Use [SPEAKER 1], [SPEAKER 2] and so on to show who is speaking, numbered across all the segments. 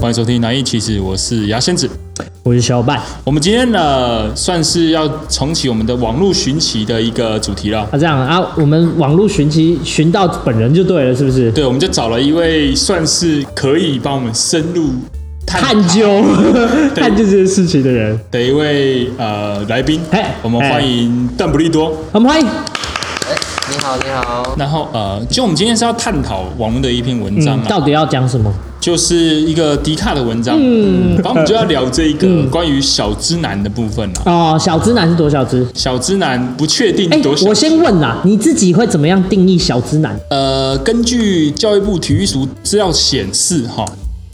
[SPEAKER 1] 欢迎收听《难易其实》，我是牙仙子。
[SPEAKER 2] 我是小伙啊伴。
[SPEAKER 1] 我们今天呢，算是要重启我们的网络寻奇的一个主题了。
[SPEAKER 2] 啊，这样啊，我们网络寻机寻到本人就对了，是不是？
[SPEAKER 1] 对，我们就找了一位算是可以帮我们深入探
[SPEAKER 2] 探
[SPEAKER 1] 讨
[SPEAKER 2] 究探究这件事情的人，
[SPEAKER 1] 的一位呃来宾
[SPEAKER 2] 嘿。
[SPEAKER 1] 我们欢迎邓布利多。
[SPEAKER 2] 我们欢迎。
[SPEAKER 3] 你好，你好。
[SPEAKER 1] 然后呃，就我们今天是要探讨网络的一篇文章
[SPEAKER 2] 嗯，
[SPEAKER 1] 嘛，
[SPEAKER 2] 到底要讲什么？
[SPEAKER 1] 就是一个迪卡的文章。嗯，然后我们就要聊这个
[SPEAKER 2] 嗯
[SPEAKER 1] 关于小之男的部分了。啊
[SPEAKER 2] 哦，小直男是多小直？
[SPEAKER 1] 小之男不确定
[SPEAKER 2] 哎、
[SPEAKER 1] 多小
[SPEAKER 2] 我先问啦，你自己会怎么样定义小直男？
[SPEAKER 1] 呃，根据教育部体育署资料显示，哈，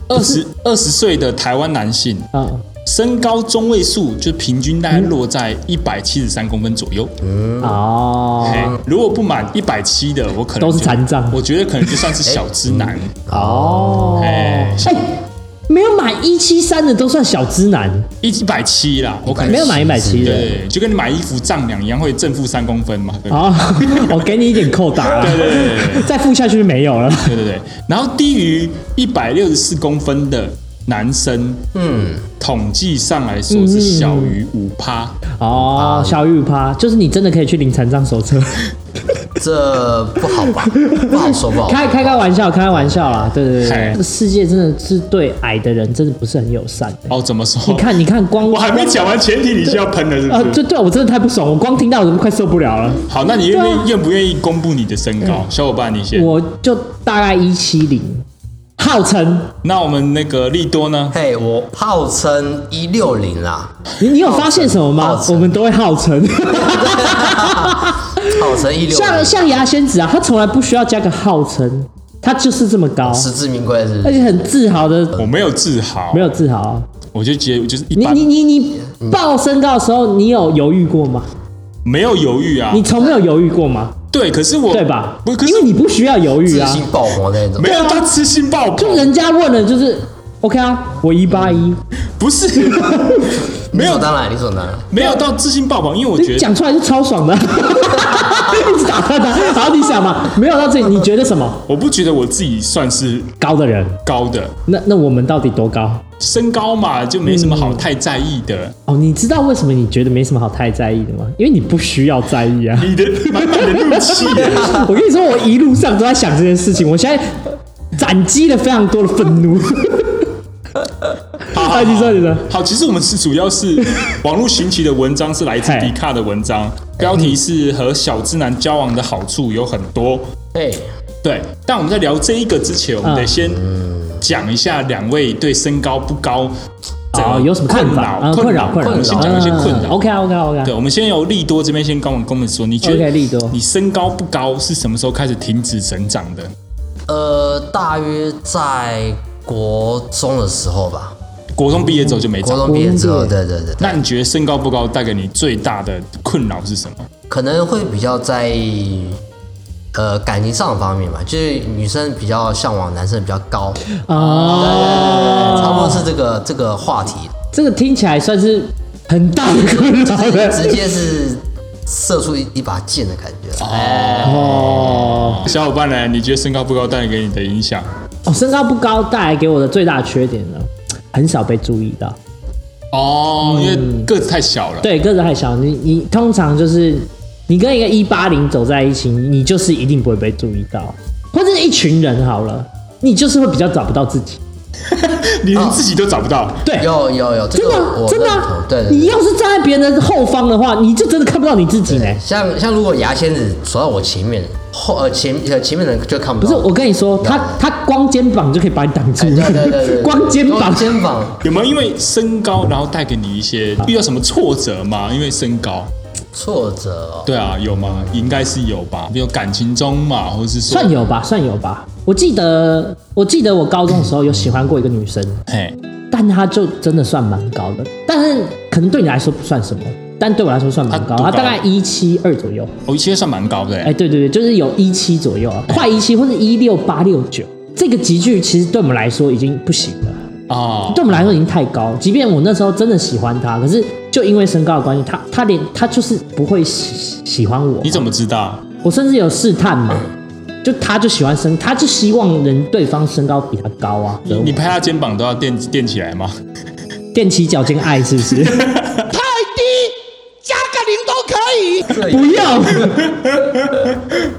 [SPEAKER 1] 二十二十岁的台湾男性
[SPEAKER 2] 啊、
[SPEAKER 1] 身高中位数就平均大概
[SPEAKER 2] 嗯
[SPEAKER 1] 落在一百七十三公分左右。嘿
[SPEAKER 2] 哦，
[SPEAKER 1] 如果不满一百七的，我可能
[SPEAKER 2] 都是
[SPEAKER 1] 就
[SPEAKER 2] 残障
[SPEAKER 1] 我觉得可能就算是小直 男。
[SPEAKER 2] 哦，哎、
[SPEAKER 1] 哎
[SPEAKER 2] 没有满一七三的都算小直男，
[SPEAKER 1] 一一百七啦，我可能
[SPEAKER 2] 没有满一百七的。
[SPEAKER 1] 对，就跟你买衣服丈量一样，会正负三公分嘛。对吧
[SPEAKER 2] 哦， 我给你一点扣打
[SPEAKER 1] 对
[SPEAKER 2] 了，
[SPEAKER 1] 对对对对
[SPEAKER 2] 再付下去就没有了。
[SPEAKER 1] 对对对，然后低于一百六十四公分的男生，嗯，统计上来说是小于五趴，
[SPEAKER 2] 哦，小玉趴就是你真的可以去领残障手册。
[SPEAKER 3] 这不好 吧？不好说，不好说。
[SPEAKER 2] 开开开玩笑，开玩笑啦，对对对
[SPEAKER 1] 哦嗨
[SPEAKER 2] 对，这世界真的是对矮的人真的不是很友善、欸
[SPEAKER 1] 哦，怎么说？
[SPEAKER 2] 你，看，你看，光
[SPEAKER 1] 我还没讲完前提，你就要喷了，是
[SPEAKER 2] 啊，
[SPEAKER 1] 不是？
[SPEAKER 2] 对对，我真的太不爽，我光听到我都快受不了了。
[SPEAKER 1] 好，那你愿不
[SPEAKER 2] 对啊嗯
[SPEAKER 1] 愿愿不愿意公布你的身高？小伙伴，你先。
[SPEAKER 2] 我就大概一七零，号称
[SPEAKER 1] 那我们那个利多呢？
[SPEAKER 3] 嘿我号称一六零啊啦，
[SPEAKER 2] 你你有发现什么吗
[SPEAKER 3] 号？称
[SPEAKER 2] 我们都会号称，
[SPEAKER 3] 号称一六
[SPEAKER 2] 像
[SPEAKER 3] 零，
[SPEAKER 2] 像牙仙子啊，他从来不需要加个号称，他就是这么
[SPEAKER 1] 哦
[SPEAKER 2] 高，
[SPEAKER 3] 实至名归是不
[SPEAKER 2] 而
[SPEAKER 3] 是？
[SPEAKER 2] 且很自豪的，
[SPEAKER 1] 我没有自豪，
[SPEAKER 2] 没有，自豪啊。
[SPEAKER 1] 我就觉得就是一
[SPEAKER 2] 你
[SPEAKER 1] 般，
[SPEAKER 2] 你你
[SPEAKER 1] 嗯
[SPEAKER 2] 你报身高的时候，你有犹豫过吗？
[SPEAKER 1] 没有犹豫啊
[SPEAKER 2] 你。从没有犹豫过吗？
[SPEAKER 1] 对，可是我
[SPEAKER 2] 对吧？
[SPEAKER 1] 不，可
[SPEAKER 2] 因
[SPEAKER 1] 是
[SPEAKER 2] 为你不需要犹豫
[SPEAKER 3] 自
[SPEAKER 2] 啊。
[SPEAKER 3] 信爆棚那种
[SPEAKER 1] 没。有他痴心爆棚，
[SPEAKER 2] 就人家问了，就是 OK 啊，我一八一，
[SPEAKER 1] 不是 没
[SPEAKER 3] 理
[SPEAKER 1] 有
[SPEAKER 3] 所当然，理所当然。
[SPEAKER 1] 没有到痴心爆棚，因为我觉
[SPEAKER 2] 你
[SPEAKER 1] 得
[SPEAKER 2] 讲出来就超爽的， 一直打他打。然后你想嘛，没有到这里，你觉得什么
[SPEAKER 1] 我不觉得我自己算是
[SPEAKER 2] 高的人？
[SPEAKER 1] 高的，
[SPEAKER 2] 那那我们到底多高？
[SPEAKER 1] 身高嘛，就没什么好太在意的。
[SPEAKER 2] 哦，你知道为什么你觉得没什么好太在意的吗？因为你不需要在意 啊。
[SPEAKER 1] 你的满满的怒气耶，
[SPEAKER 2] 我跟你说，我一路上都在想这件事情，我现在攒积了非常多的 愤怒。啊， 你说你说，
[SPEAKER 1] 好，其实我们是主要是网络寻奇的文章是来自
[SPEAKER 2] 嗨
[SPEAKER 1] 迪卡的文章，标题是和小直男交往的好处有很多。
[SPEAKER 3] 嘿，
[SPEAKER 1] 对，但我们在聊这一个之前，我们得先讲一下两位对身高不高
[SPEAKER 2] 哦，有什么看
[SPEAKER 1] 困
[SPEAKER 2] 法？
[SPEAKER 1] 扰
[SPEAKER 2] 啊，困扰，
[SPEAKER 1] 困
[SPEAKER 2] 扰，
[SPEAKER 1] 先讲一些困扰。
[SPEAKER 2] OK 啊，OK 啊，OK 啊
[SPEAKER 1] 对，。我们先由利多这边先跟我们跟我们说，你觉
[SPEAKER 2] OK，
[SPEAKER 1] 得
[SPEAKER 2] 利多
[SPEAKER 1] 你身高不高是什么时候开始停止成长的？
[SPEAKER 3] 呃，大约在国中的时候吧，
[SPEAKER 1] 国中毕业之后就没
[SPEAKER 3] 国
[SPEAKER 1] 长。
[SPEAKER 3] 中毕业之后，
[SPEAKER 2] 国中毕
[SPEAKER 3] 对对对，对
[SPEAKER 1] 那你觉得身高不高带给你最大的困扰是什么？
[SPEAKER 3] 可能会比较在意呃感情上的方面吧，就是女生比较向往男生比较高，
[SPEAKER 2] 哦，
[SPEAKER 3] 差不多是这个这个话题。
[SPEAKER 2] 这个听起来算是很大的 困扰
[SPEAKER 3] 直
[SPEAKER 2] 了。
[SPEAKER 3] 接是射出一一把剑的感觉。啊
[SPEAKER 2] 哦
[SPEAKER 1] 小伙伴呢？你觉得身高不高带给你的影响？
[SPEAKER 2] 哦，身高不高带来给我的最大缺点呢，很少被注意到。
[SPEAKER 1] 哦，因为个子太小了。
[SPEAKER 2] 对，个子太小，你你通常就是你跟一个一八零走在一起，你就是一定不会被注意到，或者是一群人好了，你就是会比较找不到自己。
[SPEAKER 1] 你连自己都找不到。
[SPEAKER 2] 对，
[SPEAKER 3] 有有有，这
[SPEAKER 2] 真
[SPEAKER 3] 个
[SPEAKER 2] 的
[SPEAKER 3] 我
[SPEAKER 2] 真的
[SPEAKER 3] 认同
[SPEAKER 2] 啊，
[SPEAKER 3] 对对
[SPEAKER 2] 你
[SPEAKER 3] 对。
[SPEAKER 2] 要是站在别人的后方的话，你就真的看不到你自己呢。
[SPEAKER 3] 像像如果牙仙子走到我前面，后呃前呃前面的人就看不
[SPEAKER 2] 不
[SPEAKER 3] 到。
[SPEAKER 2] 是，我跟你说，他他光肩膀就可以把你挡住
[SPEAKER 3] 哎，对对对对，
[SPEAKER 2] 了， 光肩膀
[SPEAKER 3] 光。肩膀
[SPEAKER 1] 有没有因为身高，然后带给你一些遇到什么挫折吗？因为身高，
[SPEAKER 3] 挫折哦。
[SPEAKER 1] 对啊，有吗？应该是有吧，比如感情中嘛，或者是说，
[SPEAKER 2] 算有吧，算有吧。我记得，我记得我高中的时候有喜欢过一个女生，
[SPEAKER 1] 嘿，
[SPEAKER 2] 但她就真的算蛮高的，但是可能对你来说不算什么，但对我来说算蛮高，
[SPEAKER 1] 她多
[SPEAKER 2] 她
[SPEAKER 1] 高
[SPEAKER 2] 大概一七二左右。
[SPEAKER 1] 我哦其实算蛮高的、欸
[SPEAKER 2] 哎，对对对，就是有一七左右啊，快一七或者一六八六九这个集距，其实对我们来说已经不行了，
[SPEAKER 1] 哦，
[SPEAKER 2] 对我们来说已经太高。即便我那时候真的喜欢她，可是就因为身高的关系，她她连她就是不会喜喜欢我。
[SPEAKER 1] 你怎么知道？
[SPEAKER 2] 我甚至有试探嘛，就他就喜欢身，他就希望人对方身高比他高啊。
[SPEAKER 1] 你
[SPEAKER 3] 嗯
[SPEAKER 1] 你拍他肩膀都要垫垫起来吗？
[SPEAKER 2] 踮起脚尖爱是不
[SPEAKER 4] 太
[SPEAKER 2] 是？
[SPEAKER 4] 低，加个零都可以。
[SPEAKER 2] 不用，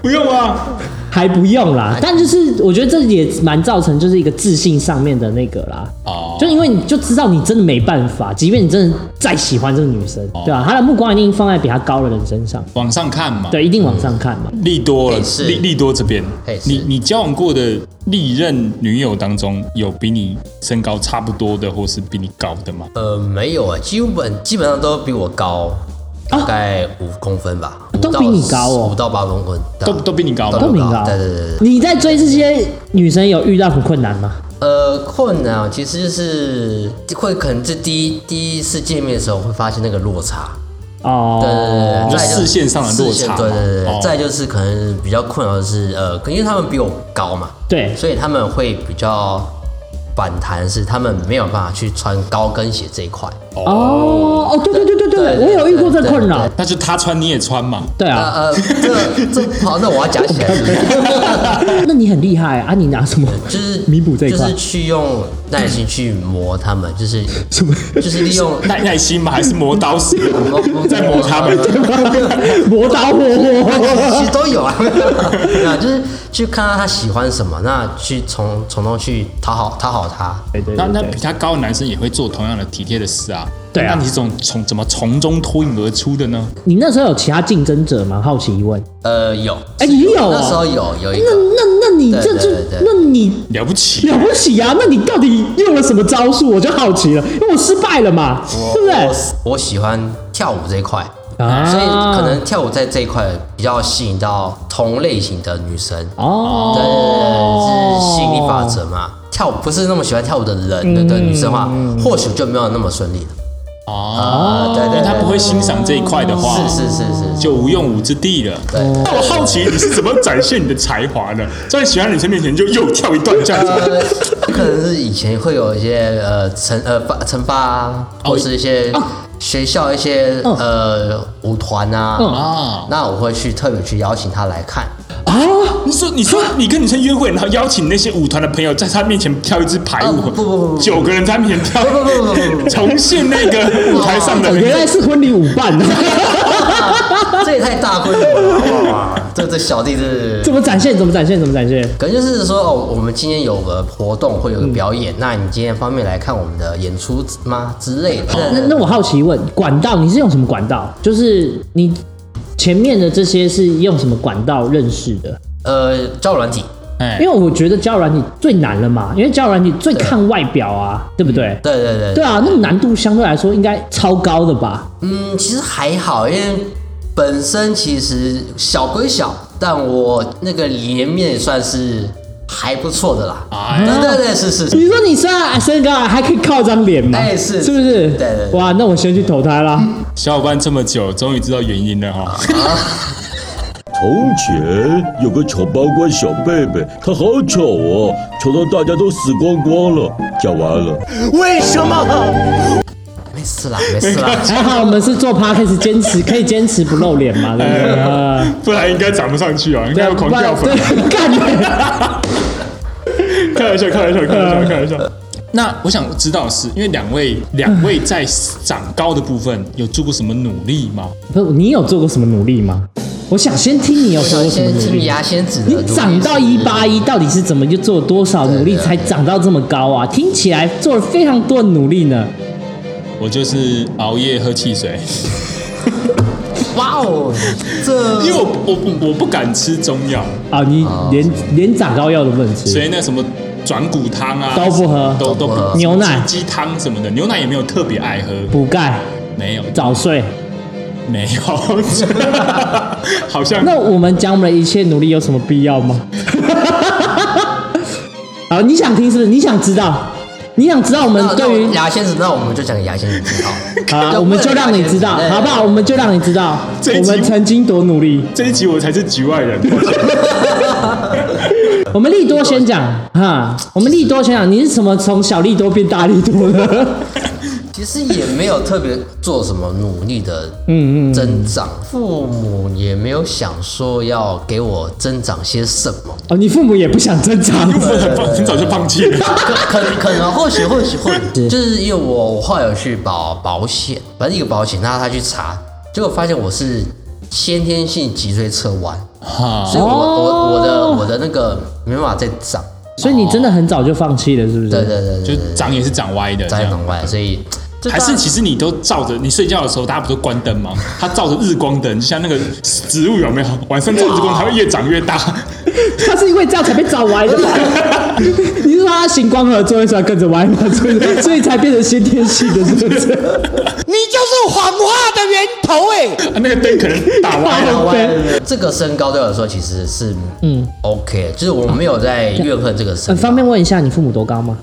[SPEAKER 1] 不用啊，
[SPEAKER 2] 还不用啦。但就是我觉得这也蛮造成就是一个自信上面的那个啦。
[SPEAKER 1] 哦
[SPEAKER 2] 就因为你就知道你真的没办法，即便你真的再喜欢这个女
[SPEAKER 3] 哦
[SPEAKER 2] 生，对吧、她的目光一定放在比她高的人身上，
[SPEAKER 1] 往上看嘛。
[SPEAKER 2] 对，一定往上看
[SPEAKER 3] 嗯
[SPEAKER 2] 嘛。
[SPEAKER 1] 利多了
[SPEAKER 3] 嘿，是
[SPEAKER 1] 利利多这边
[SPEAKER 3] 嘿，是
[SPEAKER 1] 你你交往过的历任女友当中，有比你身高差不多的，或是比你高的吗？
[SPEAKER 3] 呃，没有啊，基本基本上都比我高，大概五公分吧，
[SPEAKER 2] 啊都比你高哦
[SPEAKER 3] 五到八公分，对
[SPEAKER 1] 都
[SPEAKER 3] 啊
[SPEAKER 1] 都比你高
[SPEAKER 3] 都
[SPEAKER 2] 都
[SPEAKER 1] 吗？
[SPEAKER 2] 比你高
[SPEAKER 3] 对对对对。
[SPEAKER 2] 你在追这些女生有遇到很困难吗？
[SPEAKER 3] 呃，困难啊其实就是会可能是第一第一次见面的时候会发现那个落差，对
[SPEAKER 2] 哦，
[SPEAKER 3] 对
[SPEAKER 1] 就
[SPEAKER 3] 对，再就
[SPEAKER 1] 视线上的落差嘛
[SPEAKER 3] 对对对
[SPEAKER 1] 哦
[SPEAKER 3] 对，再就是可能比较困扰的是，呃，因为他们比我高嘛，
[SPEAKER 2] 对，
[SPEAKER 3] 所以他们会比较反弹，是他们没有办法去穿高跟鞋这一块。
[SPEAKER 2] 哦哦，对对对对对，
[SPEAKER 3] 对对
[SPEAKER 2] 我有遇过这个困扰
[SPEAKER 3] 对，
[SPEAKER 1] 那就他穿你也穿嘛，
[SPEAKER 2] 对
[SPEAKER 3] 呃
[SPEAKER 2] 啊，
[SPEAKER 3] 呃，这这好，那我要讲起来是不是，
[SPEAKER 2] 那你很厉害啊，你拿什么
[SPEAKER 3] 就是
[SPEAKER 2] 弥补这一
[SPEAKER 3] 就
[SPEAKER 2] 块
[SPEAKER 3] 是去用耐心去磨他们，就是
[SPEAKER 2] 什 么
[SPEAKER 3] 就是利用
[SPEAKER 1] 耐耐心嘛，还是磨刀 石在磨他们？
[SPEAKER 2] 磨刀霍霍？
[SPEAKER 3] 其实都有啊， 对啊，就是去看到他喜欢什么，那去从从中去讨好讨好他。
[SPEAKER 2] 对对
[SPEAKER 1] 那
[SPEAKER 2] 对
[SPEAKER 1] 那
[SPEAKER 2] 对
[SPEAKER 1] 比他高的男生也会做同样的体贴的事啊。
[SPEAKER 2] 对啊
[SPEAKER 1] 那你是从从怎么从中脱颖而出的呢？
[SPEAKER 2] 你那时候有其他竞争者吗？好奇一问。
[SPEAKER 3] 呃，有，
[SPEAKER 2] 哎你有哦
[SPEAKER 3] 那时候有有一
[SPEAKER 2] 那
[SPEAKER 3] 个，
[SPEAKER 2] 那那你
[SPEAKER 3] 对
[SPEAKER 2] 这就
[SPEAKER 3] 对对对
[SPEAKER 2] 那你
[SPEAKER 1] 了不起，
[SPEAKER 2] 了不起啊？那你到底用了什么招数？我就好奇了，因为我失败了嘛，对不对？
[SPEAKER 3] 我我喜欢跳舞这一块，
[SPEAKER 2] 啊
[SPEAKER 3] 所以可能跳舞在这一块比较吸引到同类型的女生。对对
[SPEAKER 2] 哦
[SPEAKER 3] 对，是吸引力法则嘛。跳舞不是那么喜欢跳舞的人的的女生的话，或许就没有那么顺利了。
[SPEAKER 1] 嗯哦
[SPEAKER 3] 呃对对
[SPEAKER 1] 因为他
[SPEAKER 3] 对
[SPEAKER 1] 不会欣赏这一块的话，
[SPEAKER 3] 是是是是，
[SPEAKER 1] 就无用武之地了。
[SPEAKER 3] 对。
[SPEAKER 1] 那我好奇你是怎么展现你的才华的？在喜欢的女生面前就又跳一段这样子，
[SPEAKER 3] 呃，可能是以前会有一些呃惩呃发惩罚啊，
[SPEAKER 1] 哦
[SPEAKER 3] 或是一些学校一些
[SPEAKER 2] 嗯
[SPEAKER 3] 呃舞团
[SPEAKER 2] 嗯
[SPEAKER 3] 啊，
[SPEAKER 1] 啊？
[SPEAKER 3] 那我会去特别去邀请他来看。
[SPEAKER 2] 啊！
[SPEAKER 1] 你说你说你跟女生约会，然后邀请那些舞团的朋友在她面前跳一支排舞，
[SPEAKER 3] 啊不不不不不
[SPEAKER 1] 九个人在她面前跳，
[SPEAKER 3] 不不不不不
[SPEAKER 1] 重现那个舞台上的
[SPEAKER 2] 哦，原来是婚礼舞伴啊，
[SPEAKER 3] 这也太大规模了，好不好？这这小弟是
[SPEAKER 2] 怎么展现？怎么展现？怎么展现？
[SPEAKER 3] 可能就是说哦，我们今天有个活动，会有个表演，那你今天方便来看我们的演出吗之类的？
[SPEAKER 2] 那那我好奇问，管道你是用什么管道？就是你前面的这些是用什么管道认识的？
[SPEAKER 3] 呃，交友软体，
[SPEAKER 1] 哎
[SPEAKER 2] 因为我觉得交友软体最难了嘛，因为交友软体最看外表啊，对不对？
[SPEAKER 3] 对对对
[SPEAKER 2] 对啊，那个难度相对来说应该超高的吧？
[SPEAKER 3] 嗯，其实还好，因为本身其实小归小，但我那个脸面也算是还不错的啦。
[SPEAKER 1] 哎
[SPEAKER 3] 对对对，是是
[SPEAKER 2] 你
[SPEAKER 3] 是。
[SPEAKER 2] 说你虽然身高还可以靠张脸吗？
[SPEAKER 3] 哎是
[SPEAKER 2] 是不是？
[SPEAKER 3] 对对对
[SPEAKER 2] 哇，那我先去投胎啦。
[SPEAKER 1] 小伙伴这么久，终于知道原因了
[SPEAKER 3] 啊
[SPEAKER 1] 哈、
[SPEAKER 5] 从前有个丑八怪小贝贝，他好丑哦，丑到大家都死光光了。讲完了。
[SPEAKER 3] 没事啦，没事 啦。
[SPEAKER 2] 还好我们是做 p a 开始坚持可以坚持不露脸嘛，对不对？啊
[SPEAKER 1] 不然应该涨不上去啊，应该要狂掉粉。
[SPEAKER 2] 对， 干！
[SPEAKER 1] 开玩笑，开玩笑，开玩笑，开玩笑。
[SPEAKER 3] 啊
[SPEAKER 1] 那我想知道的是，因为两位两位在长高的部分有做过什么努力吗？
[SPEAKER 2] 不，你有做过什么努力吗？我想先听你有
[SPEAKER 3] 我
[SPEAKER 2] 做
[SPEAKER 3] 想
[SPEAKER 2] 过什么努
[SPEAKER 3] 先听啊
[SPEAKER 2] 力。
[SPEAKER 3] 牙仙子的
[SPEAKER 2] 你
[SPEAKER 3] 努力
[SPEAKER 2] 长到
[SPEAKER 3] 是
[SPEAKER 2] 一八一，到底是怎么就做了多少努力
[SPEAKER 3] 对对对
[SPEAKER 2] 才长到这么高啊？听起来做了非常多的努力呢。
[SPEAKER 1] 我就是熬夜喝汽水，
[SPEAKER 3] 哇哦，这
[SPEAKER 2] 嗯
[SPEAKER 1] 因为我我我我不敢吃中药，
[SPEAKER 2] 啊，你连连长高药都不能
[SPEAKER 1] 所
[SPEAKER 2] 吃，
[SPEAKER 1] 以那什么转骨汤啊
[SPEAKER 2] 都不喝
[SPEAKER 1] 都都不
[SPEAKER 3] 都不喝
[SPEAKER 2] 牛奶
[SPEAKER 1] 鸡鸡汤什么的，牛奶也没有特别爱喝，
[SPEAKER 2] 补钙、
[SPEAKER 1] 没有
[SPEAKER 2] 早睡。
[SPEAKER 1] 没有， 好像
[SPEAKER 2] 那我们讲我们的一切努力有什么必要吗？ 好，你想听是不是？你想知道？你想知道我们
[SPEAKER 3] 那
[SPEAKER 2] 嗯对于
[SPEAKER 3] 那牙仙子，那我们就讲牙仙子知道。
[SPEAKER 2] 啊，我们就让你知道，好不好？我们就让你知道，
[SPEAKER 1] 这一
[SPEAKER 2] 我
[SPEAKER 1] 集
[SPEAKER 2] 们曾经多努力。
[SPEAKER 1] 这一集我才是局外 人，
[SPEAKER 2] 我们利多先讲哈，我们利多先讲，你是怎么从小利多变大利多的？
[SPEAKER 3] 其实也没有特别做什么努力的
[SPEAKER 2] 嗯嗯
[SPEAKER 3] 增长，父母也没有想说要给我增长些什么，
[SPEAKER 2] 哦，你父母也不想增长，
[SPEAKER 1] 很放很早就放弃了。
[SPEAKER 3] 可可可能或许或许或许，就是因为我我后来有去保保险，反正一个保险，那他去查，结果发现我是先天性脊椎侧弯，
[SPEAKER 1] 哈，
[SPEAKER 3] 所以我我我的
[SPEAKER 2] 哦
[SPEAKER 3] 我的那个没办法再长，
[SPEAKER 2] 所以你真的很早就放弃了，是不是？
[SPEAKER 3] 对对对
[SPEAKER 1] 就
[SPEAKER 3] 对对，
[SPEAKER 1] 长也是长歪的，这
[SPEAKER 3] 长也
[SPEAKER 1] 样。
[SPEAKER 3] 长歪，所以这
[SPEAKER 1] 还是
[SPEAKER 3] 段
[SPEAKER 1] 其实你都照着，你睡觉的时候大家不都关灯吗？它照着日光灯，就像那个植物有没有？晚上照日光，它会越长越大。 啊
[SPEAKER 2] 他是因为这样才被找 歪的吧？你是说他行光合作用才跟着 歪吗？所以所以才变成先天性的，是不是？
[SPEAKER 4] 你就是谎话的源头哎、
[SPEAKER 1] 啊那个灯可能打歪了。
[SPEAKER 3] 长歪，这个身高对我来说其实是嗯 OK，就是我没有在怨恨这个身
[SPEAKER 2] 很
[SPEAKER 3] 高，
[SPEAKER 2] 方便问一下，你父母多高吗？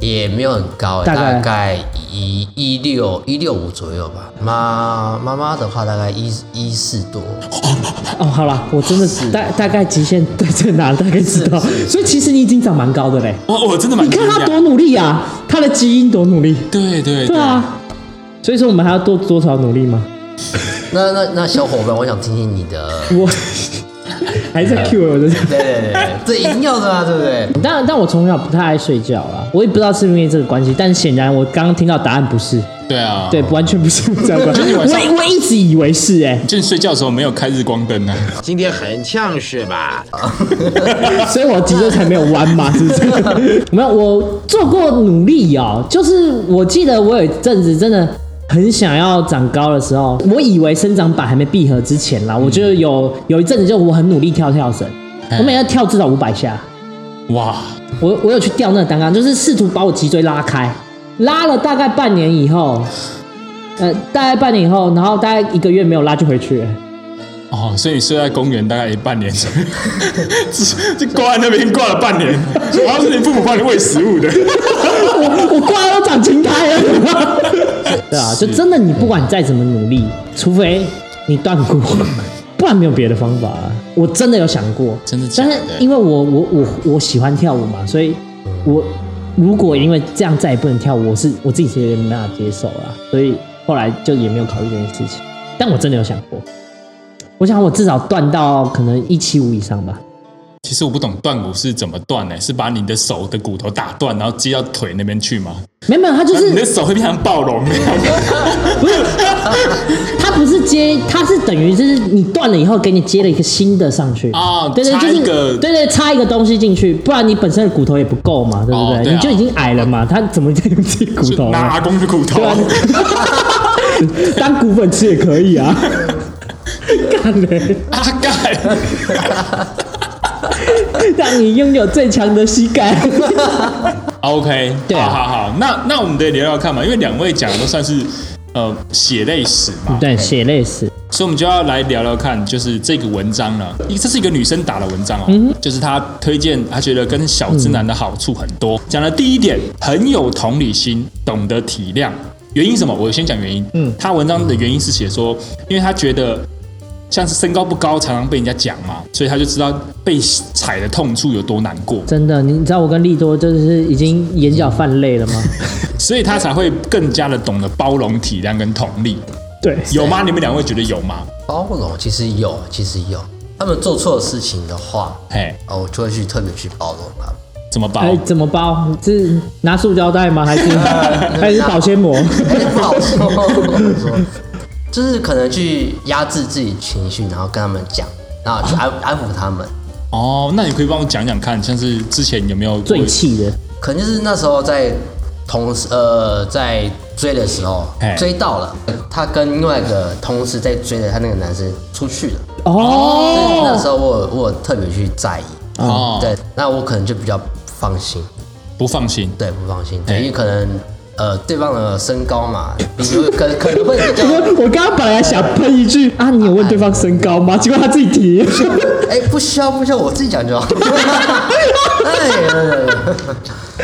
[SPEAKER 3] 也没有很高，
[SPEAKER 2] 大
[SPEAKER 3] 大
[SPEAKER 2] 概
[SPEAKER 3] 概一一六一六五左右吧。妈妈妈的话大概一一四多，
[SPEAKER 2] 哦，好了，我真的是大大概极限在这哪，大概知道。所以其实你已经长蛮高的嘞。
[SPEAKER 1] 哦我我真的蛮
[SPEAKER 2] 你看他
[SPEAKER 1] 惊讶
[SPEAKER 2] 多努力啊，他的基因多努力。
[SPEAKER 1] 对对
[SPEAKER 2] 对，啊，所以说我们还要多多少努力吗？
[SPEAKER 3] 那那那小伙伴，我想听听你 的，
[SPEAKER 2] 我还在 Q 我的。
[SPEAKER 3] 对对对对，这一定要的啊，对不对？
[SPEAKER 2] 但但我从小不太爱睡觉啦，我也不知道是因为这个关系，但显然我刚刚听到答案不是，
[SPEAKER 1] 对啊，
[SPEAKER 2] 对，完全不是这样关系。
[SPEAKER 1] 就你晚上
[SPEAKER 2] 哦 我我一直以为是哎、
[SPEAKER 1] 就你睡觉的时候没有开日光灯啊。
[SPEAKER 6] 今天很呛是吧？
[SPEAKER 2] 所以我脊椎才没有弯嘛，是不 是？没有，我做过努力哦，就是我记得我有一阵子真的。很想要长高的时候，我以为生长板还没闭合之前啦，我就有有一阵子就我很努力跳跳绳，我每天跳至少五百下，
[SPEAKER 1] 哇，
[SPEAKER 2] 我我有去吊那个单杠，就是试图把我脊椎拉开，拉了大概半年以后，呃，大概半年以后，然后大概一个月没有拉就回去了。
[SPEAKER 1] 哦，所以你睡在公园大概半年， 就挂在那边挂了半年，然后是你父母帮你喂食物的。
[SPEAKER 2] 我我瓜都长青苔了。 对啊，就真的你不管你再怎么努力，除非你断骨，不然没有别的方法、啊。我真的有想过，
[SPEAKER 1] 真的假
[SPEAKER 2] 但
[SPEAKER 1] 的
[SPEAKER 2] 是因为我我我我喜欢跳舞嘛，所以我如果因为这样再也不能跳舞，我是我自己是有点没办法接受啦，所以后来就也没有考虑这件事情。但我真的有想过，我想我至少断到可能一七五以上吧。
[SPEAKER 1] 其实我不懂断骨是怎么断欸呢、是把你的手的骨头打断，然后接到腿那边去吗？
[SPEAKER 2] 没有没有，他就
[SPEAKER 1] 你
[SPEAKER 2] 是
[SPEAKER 1] 的手会变成暴龙那样。
[SPEAKER 2] 不是，它不是接，它是等于就是你断了以后给你接了一个新的上去
[SPEAKER 1] 哦
[SPEAKER 2] 对对，
[SPEAKER 1] 插
[SPEAKER 2] 就
[SPEAKER 1] 一个
[SPEAKER 2] 是对对，插一个东西进去，不然你本身的骨头也不够嘛，对不
[SPEAKER 1] 哦
[SPEAKER 2] 对？
[SPEAKER 1] 对啊
[SPEAKER 2] 你就已经矮了嘛，它怎么再用自己骨头
[SPEAKER 1] 拿
[SPEAKER 2] 呢？
[SPEAKER 1] 阿公的骨头，
[SPEAKER 2] 啊 当骨粉吃也可以啊。 干嘞、
[SPEAKER 1] 阿盖，
[SPEAKER 2] 让你拥有最强的膝盖。
[SPEAKER 1] OK，
[SPEAKER 2] 对啊
[SPEAKER 1] 好好好，那那我们得聊聊看嘛，因为两位讲的都算是呃血泪史嘛，
[SPEAKER 2] 对，血泪史。
[SPEAKER 1] 所以我们就要来聊聊看，就是这个文章了。一这是一个女生打的文章哦，就是她推荐，她觉得跟小直男的好处很多。讲的第一点，很有同理心，懂得体谅。原因是什么？我先讲原因。嗯，她文章的原因是写说，因为她觉得像是身高不高，常常被人家讲嘛，所以她就知道被踩的痛处有多难过。
[SPEAKER 2] 真的，你你知道我跟利多就是已经眼角泛泪了吗？
[SPEAKER 1] 所以他才会更加的懂得包容、体谅跟同理，
[SPEAKER 2] 对，
[SPEAKER 1] 有吗？你们两位觉得有吗？
[SPEAKER 3] 包容其实有，其实有，他们做错事情的话，
[SPEAKER 1] 嘿，
[SPEAKER 3] 哦，我就会去特别去包容他们。
[SPEAKER 1] 怎么包？
[SPEAKER 2] 哎，怎么包？是拿塑胶袋吗？还是还是保鲜膜？
[SPEAKER 3] 哎不好说，不好说， 就是可能去压制自己情绪，然后跟他们讲，然后去安安抚他们。
[SPEAKER 1] 哦，那你可以帮我讲讲看，像是之前有没有
[SPEAKER 2] 最气的，
[SPEAKER 3] 可能就是那时候在同事呃在追的时候
[SPEAKER 1] 嘿
[SPEAKER 3] 追到了，他跟另外一个同事在追的他那个男生出去了。
[SPEAKER 2] 哦，
[SPEAKER 3] 那时候我有我有特别去在意，
[SPEAKER 2] 嗯
[SPEAKER 1] 哦
[SPEAKER 3] 对，那我可能就比较放心，
[SPEAKER 1] 不放心？
[SPEAKER 3] 对，不放心，对，
[SPEAKER 1] 嘿
[SPEAKER 3] 因为可能呃对方的身高嘛，比如可可能会比较，
[SPEAKER 2] 我刚刚本来想喷一句啊，你有问对方身高吗？结果他自己提。
[SPEAKER 3] 哎，不需要不需要，我自己讲就好。 哎，对对 对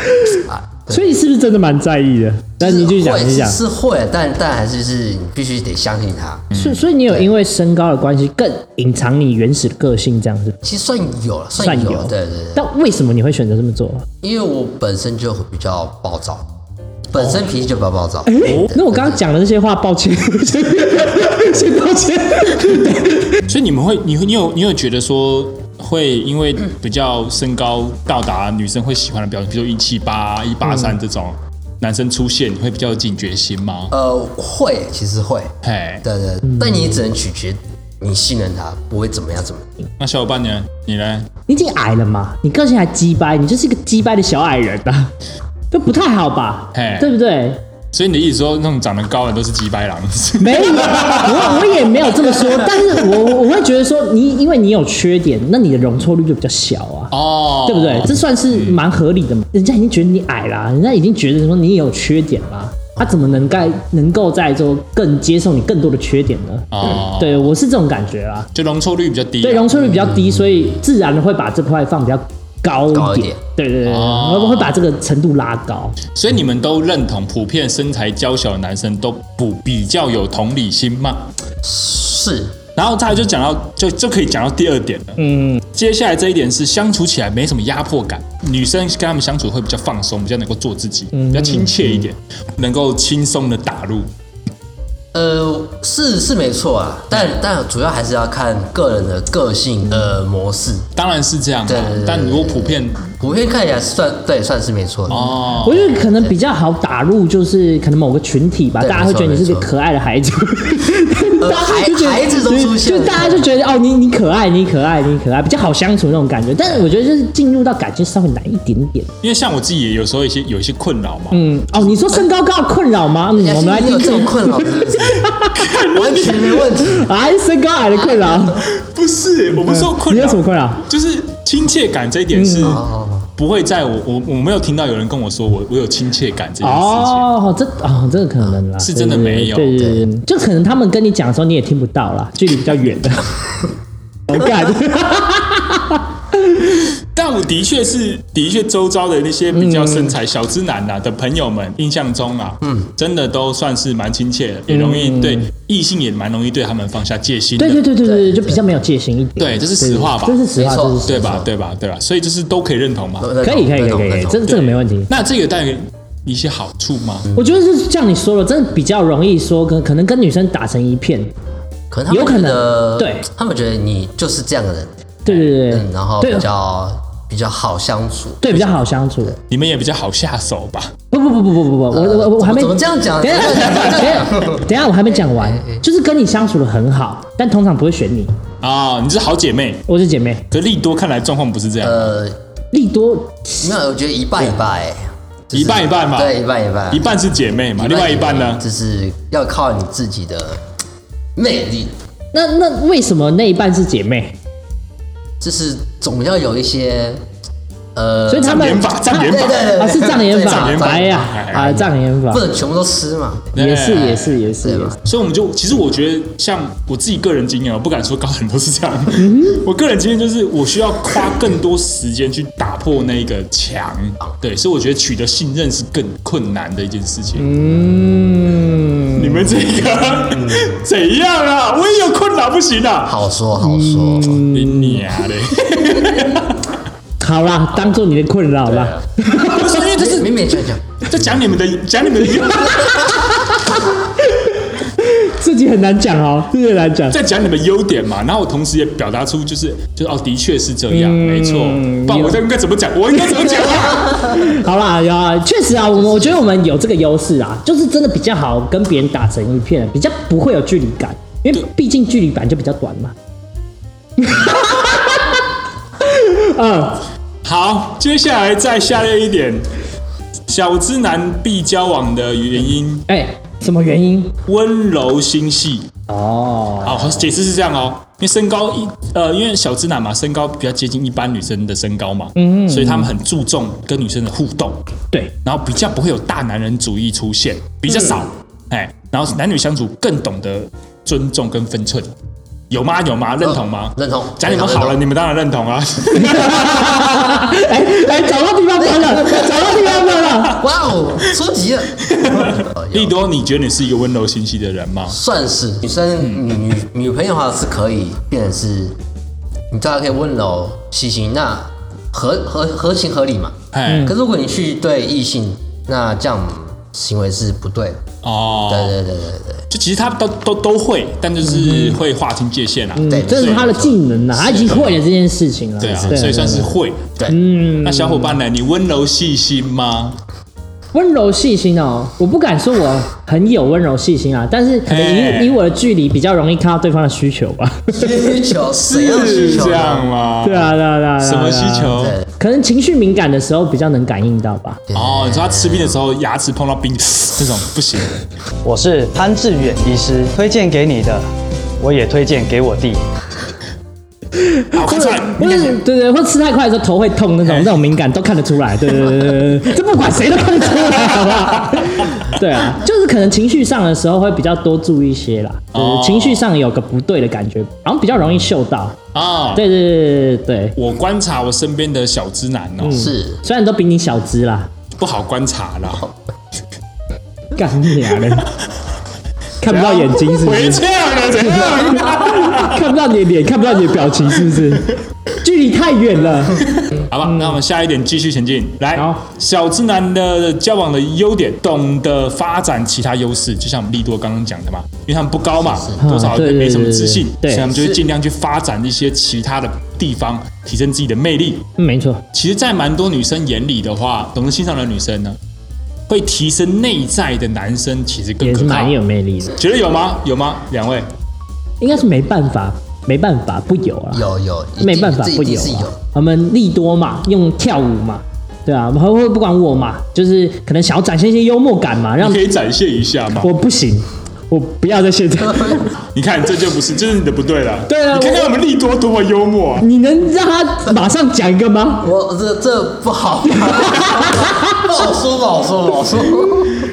[SPEAKER 2] 所以是不是真的蛮在意的？那你继续讲，
[SPEAKER 3] 是
[SPEAKER 2] 继
[SPEAKER 3] 会
[SPEAKER 2] 续讲。
[SPEAKER 3] 哎是会，但但还是是你必须得相信他。
[SPEAKER 2] 所以所以你有因为身高的关系，更隐藏你原始的个性，这样子
[SPEAKER 3] 其实算有了，算
[SPEAKER 2] 算
[SPEAKER 3] 有，
[SPEAKER 2] 有。
[SPEAKER 3] 对对对。哦
[SPEAKER 2] 但为什么你会选择这么做？
[SPEAKER 3] 因为我本身就比较暴躁，本身脾气就比较暴躁。
[SPEAKER 2] 哦哎那我刚刚讲的那些话，抱歉，先 先抱歉。
[SPEAKER 1] 所以你们会，你会，你有，你有觉得说会因为
[SPEAKER 2] 嗯
[SPEAKER 1] 比较身高到达女生会喜欢的标准，比如说一七八、一八
[SPEAKER 2] 嗯
[SPEAKER 1] 三这种男生出现，你会比较有警觉心吗？
[SPEAKER 3] 呃，会，其实会，
[SPEAKER 1] 嘿，
[SPEAKER 3] 对对，
[SPEAKER 2] 嗯
[SPEAKER 3] 对但你只能取决你信任他，不会怎么样怎么样。
[SPEAKER 1] 那小伙伴呢？你呢？
[SPEAKER 2] 你已经矮了嘛，你个性还鸡掰，你就是一个鸡掰的小矮人啊，这不太好吧
[SPEAKER 1] 嘿？
[SPEAKER 2] 对不对？
[SPEAKER 1] 所以你的意思说，那种长得高的都是鸡掰 狼？
[SPEAKER 2] 没有，我我也没有这么说，但是我我会觉得说你，因为你有缺点，那你的容错率就比较小啊。
[SPEAKER 1] 哦，
[SPEAKER 2] 对不对？这算是蛮合理的嘛。人家已经觉得你矮啦，人家已经觉得说你有缺点啦，他怎么能该能够在说更接受你更多的缺点呢？
[SPEAKER 1] 哦，，
[SPEAKER 2] 对我是这种感觉啦。
[SPEAKER 1] 就容错率比较低啊。
[SPEAKER 2] 嗯对，容错率比较低，所以自然会把这块放比较高一点。
[SPEAKER 3] 高一点
[SPEAKER 2] 对对对对，
[SPEAKER 1] 哦
[SPEAKER 2] 然后会把这个程度拉高。
[SPEAKER 1] 所以你们都认同，普遍身材娇小的男生都不比较有同理心吗？
[SPEAKER 3] 是，
[SPEAKER 1] 然后再来就讲到，就就可以讲到第二点了。嗯，接下来这一点是相处起来没什么压迫感，女生跟他们相处会比较放松，比较能够做自己，
[SPEAKER 2] 嗯
[SPEAKER 1] 比较亲切一点，能够轻松的打入。
[SPEAKER 3] 呃，是是没错啊，但但主要还是要看个人的个性呃模式，
[SPEAKER 1] 当然是这样
[SPEAKER 3] 对
[SPEAKER 1] 啦
[SPEAKER 3] 对对，
[SPEAKER 1] 但如果普遍
[SPEAKER 3] 普遍看起来是算对，算是没错的。
[SPEAKER 1] 哦，
[SPEAKER 2] 我觉得可能比较好打入，就是可能某个群体吧，
[SPEAKER 3] 对
[SPEAKER 2] 大家会觉得你是
[SPEAKER 3] 没
[SPEAKER 2] 个
[SPEAKER 3] 错
[SPEAKER 2] 可爱的孩 子，
[SPEAKER 3] 呃
[SPEAKER 2] 大家就觉得
[SPEAKER 3] 孩孩子都出现
[SPEAKER 2] 就就
[SPEAKER 3] 了
[SPEAKER 2] 大家就觉得哦，你你可爱，你可爱，你可爱，比较好相处那种感觉。但是我觉得就是进入到感情稍微难一点点。
[SPEAKER 1] 因为像我自己也有时候一些有一些困扰嘛，
[SPEAKER 2] 嗯，哦，你说身高高的困扰吗？嗯，我们来
[SPEAKER 3] 你有
[SPEAKER 2] 听
[SPEAKER 3] 这
[SPEAKER 2] 听
[SPEAKER 3] 种 困扰是不是？完全没问题。
[SPEAKER 2] 哎，身高矮的困扰，
[SPEAKER 3] 啊
[SPEAKER 1] 不是我们说困
[SPEAKER 2] 嗯你
[SPEAKER 1] 扰
[SPEAKER 2] 有什么困扰？
[SPEAKER 1] 就是亲切感这一点是
[SPEAKER 3] 哦，
[SPEAKER 1] 不会在我我我没有听到有人跟我说我我有亲切感这件事情。
[SPEAKER 2] 哦，这哦，这个可能啦，
[SPEAKER 1] 是真的没有啊
[SPEAKER 2] 对对对，对就可能他们跟你讲的时候你也听不到啦，距离比较 远的。我干，
[SPEAKER 1] 但我的确是，的确周遭的那些比较身材小资男呐、的朋友们，印象中啊，嗯，真的都算是蛮亲切的，也容易对异性也蛮容易对他们放下戒心的，
[SPEAKER 2] 对对对对对，就比较没有戒心一点。
[SPEAKER 1] 对这是实话吧
[SPEAKER 2] 对这是实话，
[SPEAKER 3] 没错
[SPEAKER 2] 这是实
[SPEAKER 1] 对
[SPEAKER 2] 话
[SPEAKER 1] 吧？对吧？对吧？所以就是都可以认同嘛。
[SPEAKER 2] 可以可以可以
[SPEAKER 3] 那种
[SPEAKER 2] 可以可
[SPEAKER 3] 那
[SPEAKER 2] 以，
[SPEAKER 3] 种
[SPEAKER 2] 这
[SPEAKER 1] 对
[SPEAKER 2] 这个没问题。
[SPEAKER 1] 那这个带给你一些好处吗？
[SPEAKER 2] 我觉得是像你说的，真的比较容易说跟可能跟女生打成一片。
[SPEAKER 3] 可能他们
[SPEAKER 2] 有可能
[SPEAKER 3] 觉得
[SPEAKER 2] 对
[SPEAKER 3] 他们觉得你就是这样的人，
[SPEAKER 2] 对对对对
[SPEAKER 3] 嗯，，然后
[SPEAKER 2] 对啊
[SPEAKER 3] 比较比较好相处。
[SPEAKER 2] 对比较好相处。
[SPEAKER 1] 你们也比较好下手吧？
[SPEAKER 2] 不不不不不不不，我我我我还没
[SPEAKER 3] 怎么这样讲？
[SPEAKER 2] 等一下，
[SPEAKER 3] 怎么这样讲哎
[SPEAKER 2] 等一下，等一下，我还没讲完。就是跟你相处的很好，但通常不会选你。
[SPEAKER 1] 啊、你是好姐妹，
[SPEAKER 2] 我是姐妹，
[SPEAKER 1] 可利多看来状况不是这样，
[SPEAKER 3] 呃，
[SPEAKER 2] 利多
[SPEAKER 3] 没有，我觉得一半一半，哎就是
[SPEAKER 1] 一半一半嘛，
[SPEAKER 3] 对，一半一半，
[SPEAKER 1] 一半是姐妹嘛，另外一半呢？
[SPEAKER 3] 就是要靠你自己的魅力，
[SPEAKER 2] 那那为什么那一半是姐妹？
[SPEAKER 3] 就是总要有一些呃，
[SPEAKER 2] 所以他
[SPEAKER 1] 障
[SPEAKER 2] 们
[SPEAKER 1] 眼法，障眼
[SPEAKER 3] 对
[SPEAKER 1] 法，
[SPEAKER 3] 对对
[SPEAKER 2] 啊是障眼
[SPEAKER 3] 对障
[SPEAKER 2] 法
[SPEAKER 1] 眼，法
[SPEAKER 2] 哎呀
[SPEAKER 1] 哎
[SPEAKER 2] 啊障眼法嗯
[SPEAKER 3] 不，能全部都吃嘛。
[SPEAKER 2] 也是
[SPEAKER 1] 对
[SPEAKER 2] 也是也是
[SPEAKER 3] 对
[SPEAKER 2] 也
[SPEAKER 3] 吧
[SPEAKER 2] 是。
[SPEAKER 1] 所以我们就，其实我觉得，像我自己个人经验，我不敢说高很多是这样。我个人经验就是，我需要花更多时间去打破那个墙。对，所以我觉得取得信任是更困难的一件事情。
[SPEAKER 2] 嗯，
[SPEAKER 1] 你们这个、怎样啊？我也有困扰，不行啊！
[SPEAKER 3] 好说好说，
[SPEAKER 2] 嗯
[SPEAKER 1] 你你啊嘞，
[SPEAKER 2] 好啦，当做你的困扰啦。
[SPEAKER 1] 不是因为这是
[SPEAKER 3] 勉勉强强，
[SPEAKER 1] 在讲你们的，讲你们的，
[SPEAKER 2] 自己很难讲哦，自己很难讲。
[SPEAKER 1] 在讲你们优点嘛。然后我同时也表达出，就是就是哦，的确是这样，没错。不，然我这应该怎么讲？我应该怎么讲啊？
[SPEAKER 2] 好啦，有啊，确实啊，我们我觉得我们有这个优势啊，就是真的比较好跟别人打成一片，比较不会有距离感，因为毕竟距离感就比较短嘛。
[SPEAKER 1] 好，接下来再下列一点，小资男必交往的原因：
[SPEAKER 2] 哎、什么原因？
[SPEAKER 1] 温柔心细。
[SPEAKER 2] 哦，
[SPEAKER 1] 好，解释是这样哦，因为身高一呃，因为小资男嘛，身高比较接近一般女生的身高嘛，嗯，所以他们很注重跟女生的互动，
[SPEAKER 2] 对，
[SPEAKER 1] 然后比较不会有大男人主义出现，比较少，哎，然后男女相处更懂得尊重跟分寸，有吗？有吗？认同吗？
[SPEAKER 3] 哦认同哎
[SPEAKER 1] 讲你们好了，
[SPEAKER 3] 认同
[SPEAKER 1] 你们当然认同啊。
[SPEAKER 2] 哎哎、找到地方分
[SPEAKER 1] 哎
[SPEAKER 2] 了，找到地方分了。
[SPEAKER 3] 哇哦，出级了，哦
[SPEAKER 1] 利多，你觉得你是一个温柔心细的人吗？
[SPEAKER 3] 算是女生女女女朋友的话是可以变成是，你知道可以温柔细心，那合合合情合理嘛。
[SPEAKER 1] 哎，
[SPEAKER 3] 可是如果你去对异性，那这样行为是不对的。
[SPEAKER 1] 哦，
[SPEAKER 3] 对对对对对，嗯
[SPEAKER 1] 就其实他都都都会，但就是会划清界限啊。
[SPEAKER 3] 对
[SPEAKER 2] 嗯，这是他的技能啊，他已经会了这件事情了。
[SPEAKER 1] 对啊，所以算是会。
[SPEAKER 3] 对
[SPEAKER 2] 嗯
[SPEAKER 1] 那小伙伴呢？你温柔细心吗？
[SPEAKER 2] 温柔细心哦，我不敢说我很有温柔细心啊，但是可
[SPEAKER 1] 哎
[SPEAKER 2] 能以以我的距离比较容易看到对方的需求吧。
[SPEAKER 3] 需求怎样需
[SPEAKER 1] 是
[SPEAKER 3] 求
[SPEAKER 1] 这
[SPEAKER 3] 呢？
[SPEAKER 1] 样吗？
[SPEAKER 2] 对啊，对啊，对啊。对啊
[SPEAKER 1] 什么需？求？
[SPEAKER 3] 对
[SPEAKER 2] 可能情绪敏感的时候比较能感应到吧。
[SPEAKER 1] 哦，你说他吃冰的时候牙齿碰到冰，这种不 行。
[SPEAKER 7] 我是潘志远医师，推荐给你的，我也推荐给我弟。
[SPEAKER 1] 好，看出来，
[SPEAKER 2] 或
[SPEAKER 1] 你
[SPEAKER 2] 者
[SPEAKER 1] 看
[SPEAKER 2] 对对，或吃太快的时候头会痛那种，那种敏感都看得出来。对对对对对对，这不管谁都看得出来，好不好？ 对啊，就是可能情绪上的时候会比较多注意一些啦，就是情绪上有个不对的感觉，好像比较容易嗅到。
[SPEAKER 1] 啊，
[SPEAKER 2] 对对对对对对，
[SPEAKER 1] 我观察我身边的小直男哦，
[SPEAKER 2] 嗯
[SPEAKER 3] 是
[SPEAKER 2] 虽然都比你小只啦，
[SPEAKER 1] 不好观察啦，
[SPEAKER 2] 干你娘嘞！看不到眼睛是不
[SPEAKER 1] 回
[SPEAKER 2] 是？
[SPEAKER 1] 呛了，怎样？啊
[SPEAKER 2] 看不到你的脸，看不到你的表情是不是？距离太远了。
[SPEAKER 1] 好吧，那我们下一点继续前进。来
[SPEAKER 2] 嗯好，
[SPEAKER 1] 小直男的交往的优点，懂得发展其他优势，就像我们利多刚刚讲的嘛，因为他们不高嘛，多少
[SPEAKER 2] 对对
[SPEAKER 1] 没什么
[SPEAKER 2] 对
[SPEAKER 1] 自信，所
[SPEAKER 2] 嗯对
[SPEAKER 1] 以他们就会
[SPEAKER 3] 是
[SPEAKER 1] 尽量去发展一些其他的地方，提升自己的魅力。
[SPEAKER 2] 嗯没错，
[SPEAKER 1] 其实，在蛮多女生眼里的话，懂得欣赏的女生呢，会提升内在的男生，其实更
[SPEAKER 2] 也是
[SPEAKER 1] 可靠
[SPEAKER 2] 蛮。有魅力的，
[SPEAKER 1] 觉得有吗？有吗？两位？
[SPEAKER 2] 应该是没办法，没办法不有啊。
[SPEAKER 3] 有有，一定
[SPEAKER 2] 没办法
[SPEAKER 3] 这一
[SPEAKER 2] 不
[SPEAKER 3] 定
[SPEAKER 2] 有
[SPEAKER 3] 是
[SPEAKER 2] 啊、
[SPEAKER 3] 有。
[SPEAKER 2] 我们利多嘛，用跳舞嘛，对啊，还会不管我嘛，就是可能想要展现一些幽默感嘛，让
[SPEAKER 1] 你可以展现一下吗？
[SPEAKER 2] 我不行，我不要在现 在。
[SPEAKER 1] 你看，这就不是，这是你的不对了。
[SPEAKER 2] 对啊
[SPEAKER 1] 你看看我们利多多么幽默啊！
[SPEAKER 2] 你能让他马上讲一个 吗？
[SPEAKER 3] 我这这不好，不好说，不好说，不好说。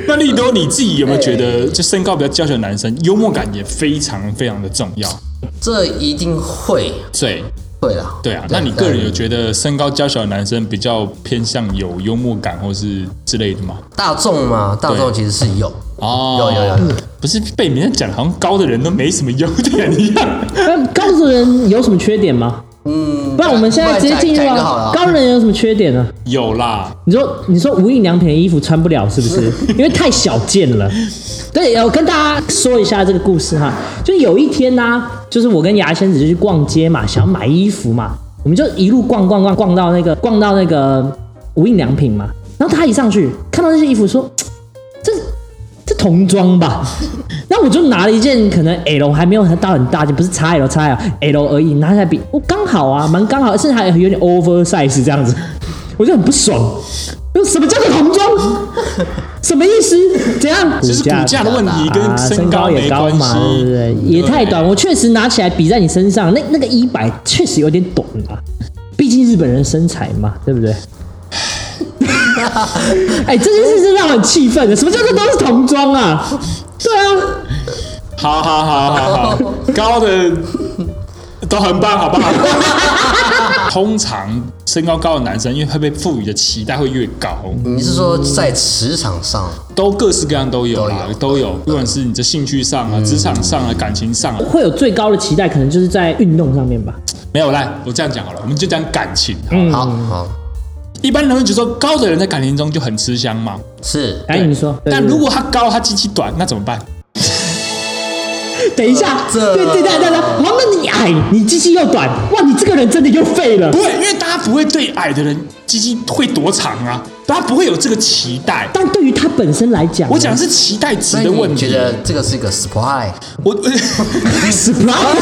[SPEAKER 1] 那利多你自己有没有觉得，就身高比较娇小的男生，幽默感也非常非常的重要？
[SPEAKER 3] 这一定会
[SPEAKER 1] 对，
[SPEAKER 3] 会啦。
[SPEAKER 1] 对啊。那你个人有觉得身高娇小的男生比较偏向有幽默感或是之类的吗？
[SPEAKER 3] 大众嘛？大众其实是有，
[SPEAKER 1] 哦，
[SPEAKER 2] 啊
[SPEAKER 3] 有有有有，
[SPEAKER 1] 不是被别人讲好像高的人都没什么优点一样。
[SPEAKER 2] 那高的人有什么缺点吗？
[SPEAKER 3] 嗯。
[SPEAKER 2] 不然我们现在直接进入
[SPEAKER 3] 讲讲一个好了
[SPEAKER 2] 啊
[SPEAKER 3] 啊，
[SPEAKER 2] 高人有什么缺点呢、
[SPEAKER 1] 有啦，
[SPEAKER 2] 你说你说无印良品的衣服穿不了是不是？因为太小件了。对，我跟大家说一下这个故事哈，就有一天呢、就是我跟牙仙子就去逛街嘛，想要买衣服嘛，我们就一路逛逛逛逛到那个逛到那个无印良品嘛，然后他一上去看到那些衣服说，嘖这这童装 吧，那我就拿了一件可能 L 还没有到很大件，不是 XL XL L 而已，拿起来比我刚好啊，蛮刚好，甚至还有点 oversize 这样子，我就很不爽。就什么叫做童装？什么意思？怎样？
[SPEAKER 1] 就是骨架的问题跟
[SPEAKER 2] 啊
[SPEAKER 1] 身
[SPEAKER 2] 身
[SPEAKER 1] 高没
[SPEAKER 2] 也高
[SPEAKER 1] 关系
[SPEAKER 2] 嘛，对不对？也太短，我确实拿起来比在你身上，那那个一百确实有点短啊，毕竟日本人身材嘛，对不对？哎、这件事是让我很气愤的。什么叫做都是童装啊？对啊，
[SPEAKER 1] 好好好好 好，高的都很棒，好不 好？通常身高高的男生，因为会被赋予的期待会越高，
[SPEAKER 3] 你是说在职场上
[SPEAKER 1] 都各式各样都有啦，都有，不管是你的兴趣上
[SPEAKER 3] 嗯
[SPEAKER 1] 啊、职场上啊、感情上啊，
[SPEAKER 2] 会有最高的期待，可能就是在运动上面吧。
[SPEAKER 1] 没有来，我这样讲好了，我们就讲感情。
[SPEAKER 2] 嗯
[SPEAKER 3] 好好
[SPEAKER 1] 一般人会觉得说高的人在感情中就很吃香嘛，
[SPEAKER 3] 是
[SPEAKER 2] 哎，你说，对
[SPEAKER 1] 但
[SPEAKER 2] 对
[SPEAKER 1] 如果他高，他鸡鸡短，那怎么办？
[SPEAKER 2] 等一下，
[SPEAKER 3] 这
[SPEAKER 2] 对对对对对，王那你矮，你机器又短，哇，你这个人真的又废了
[SPEAKER 1] 不。会，因为大家不会对矮的人鸡鸡会多长啊，大家不会有这个期待。
[SPEAKER 2] 但对于他本身来讲，啊
[SPEAKER 1] 我讲的是期待值
[SPEAKER 3] 所以
[SPEAKER 1] 的问
[SPEAKER 3] 你
[SPEAKER 1] 题。
[SPEAKER 3] 觉得这个是一个 surprise？
[SPEAKER 1] 我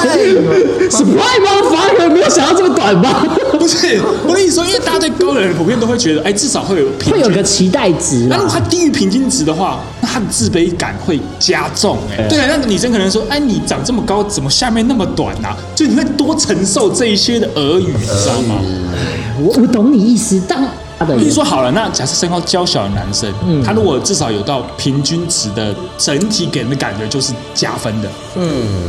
[SPEAKER 2] surprise，surprise 吗？反而没有想到这么短吧？
[SPEAKER 1] 不是我跟你说，因为大家对高的人普遍都会觉得，哎，至少会有平
[SPEAKER 2] 会有
[SPEAKER 1] 均
[SPEAKER 2] 个。啊期待值
[SPEAKER 1] 那
[SPEAKER 2] 啦
[SPEAKER 1] 如果他低于平均值的话，那他的自卑感会加重、哎，对啊，那女生可能说，哎，你长这么高，怎么下面那么短啊？就你会多承受这一些的耳语，你知道吗？
[SPEAKER 2] 嗯我我懂你意思，但他的
[SPEAKER 1] 比如说好了，那假设身高娇小的男生，
[SPEAKER 2] 嗯
[SPEAKER 1] 他如果至少有到平均值的，整体给人的感觉就是加分的，